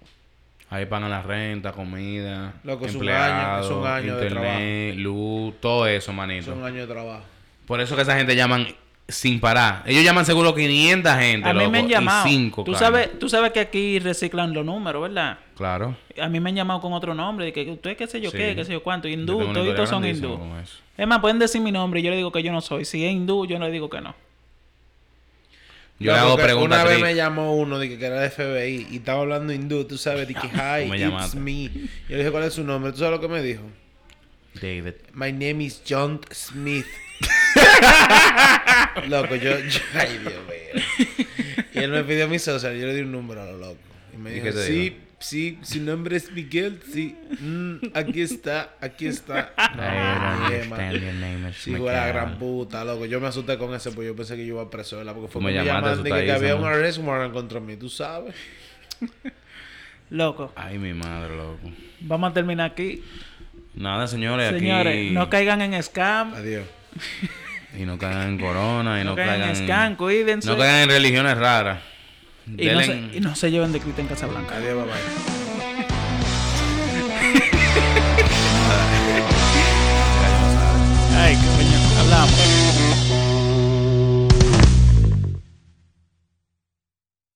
Speaker 3: Ahí pagan la renta, comida,
Speaker 1: Loco, es un
Speaker 3: empleados,
Speaker 1: año- es un año de
Speaker 3: internet, luz, todo eso, manito.
Speaker 1: Son años de trabajo.
Speaker 3: Por eso que esa gente llaman sin parar. Ellos llaman seguro 500 gente,
Speaker 2: A mí me han
Speaker 3: loco, y
Speaker 2: llamado.
Speaker 3: cinco
Speaker 2: tú,
Speaker 3: caen.
Speaker 2: sabes, tú sabes que aquí reciclan los números, ¿verdad?
Speaker 3: Claro.
Speaker 2: A mí me han llamado con otro nombre. De que usted qué sé yo
Speaker 3: Sí.
Speaker 2: qué, qué sé yo cuánto.
Speaker 3: Yo
Speaker 2: Hindú,
Speaker 3: tengo una historia
Speaker 2: todos son
Speaker 3: grandísima
Speaker 2: hindú.
Speaker 3: con eso.
Speaker 2: Es más, pueden decir mi nombre y yo le digo que yo no soy. Si es hindú, yo no le digo que no.
Speaker 3: Yo le hago
Speaker 1: porque
Speaker 3: preguntas.
Speaker 1: Una vez
Speaker 3: tri-
Speaker 1: me llamó uno de que era de FBI y estaba hablando hindú, tú sabes, de que hi,
Speaker 3: me
Speaker 1: it's
Speaker 3: llamaste.
Speaker 1: me. Yo le dije, ¿cuál es su nombre? ¿Tú sabes lo que me dijo?
Speaker 3: David.
Speaker 1: My name is John Smith. loco, yo, yo- Ay, Dios mío. Y él me pidió mi social. Yo le di un número a lo loco. Y me
Speaker 3: ¿Y
Speaker 1: dijo,
Speaker 3: qué te
Speaker 1: sí,
Speaker 3: dijo?
Speaker 1: sí, su nombre es Miguel. Sí, Mm, aquí está, aquí está. Ah, No,
Speaker 3: I
Speaker 1: ni
Speaker 3: don't
Speaker 1: Emma.
Speaker 3: understand your name is
Speaker 1: Sí, hijo de la
Speaker 3: Michael.
Speaker 1: gran puta, loco. Yo me asusté con ese, pues yo pensé que yo iba preso, ¿verdad? Porque fue
Speaker 3: Me
Speaker 1: que me
Speaker 3: llamaste
Speaker 1: llamaron de que, que
Speaker 3: asustadísimo.
Speaker 1: había un arrest warrant contra mí, tú sabes.
Speaker 2: Loco,
Speaker 3: Ay, mi madre, loco.
Speaker 2: vamos a terminar aquí.
Speaker 3: Nada, señores,
Speaker 2: Señores,
Speaker 3: aquí.
Speaker 2: no caigan en scam.
Speaker 1: Adiós.
Speaker 3: Y no caigan en corona, y no,
Speaker 2: No caigan en
Speaker 3: caigan-
Speaker 2: scam, cuídense.
Speaker 3: No caigan en religiones raras.
Speaker 2: Y no, se,
Speaker 3: Denle-
Speaker 2: y no se lleven de Crita en Casablanca.
Speaker 1: Adiós, bye bye.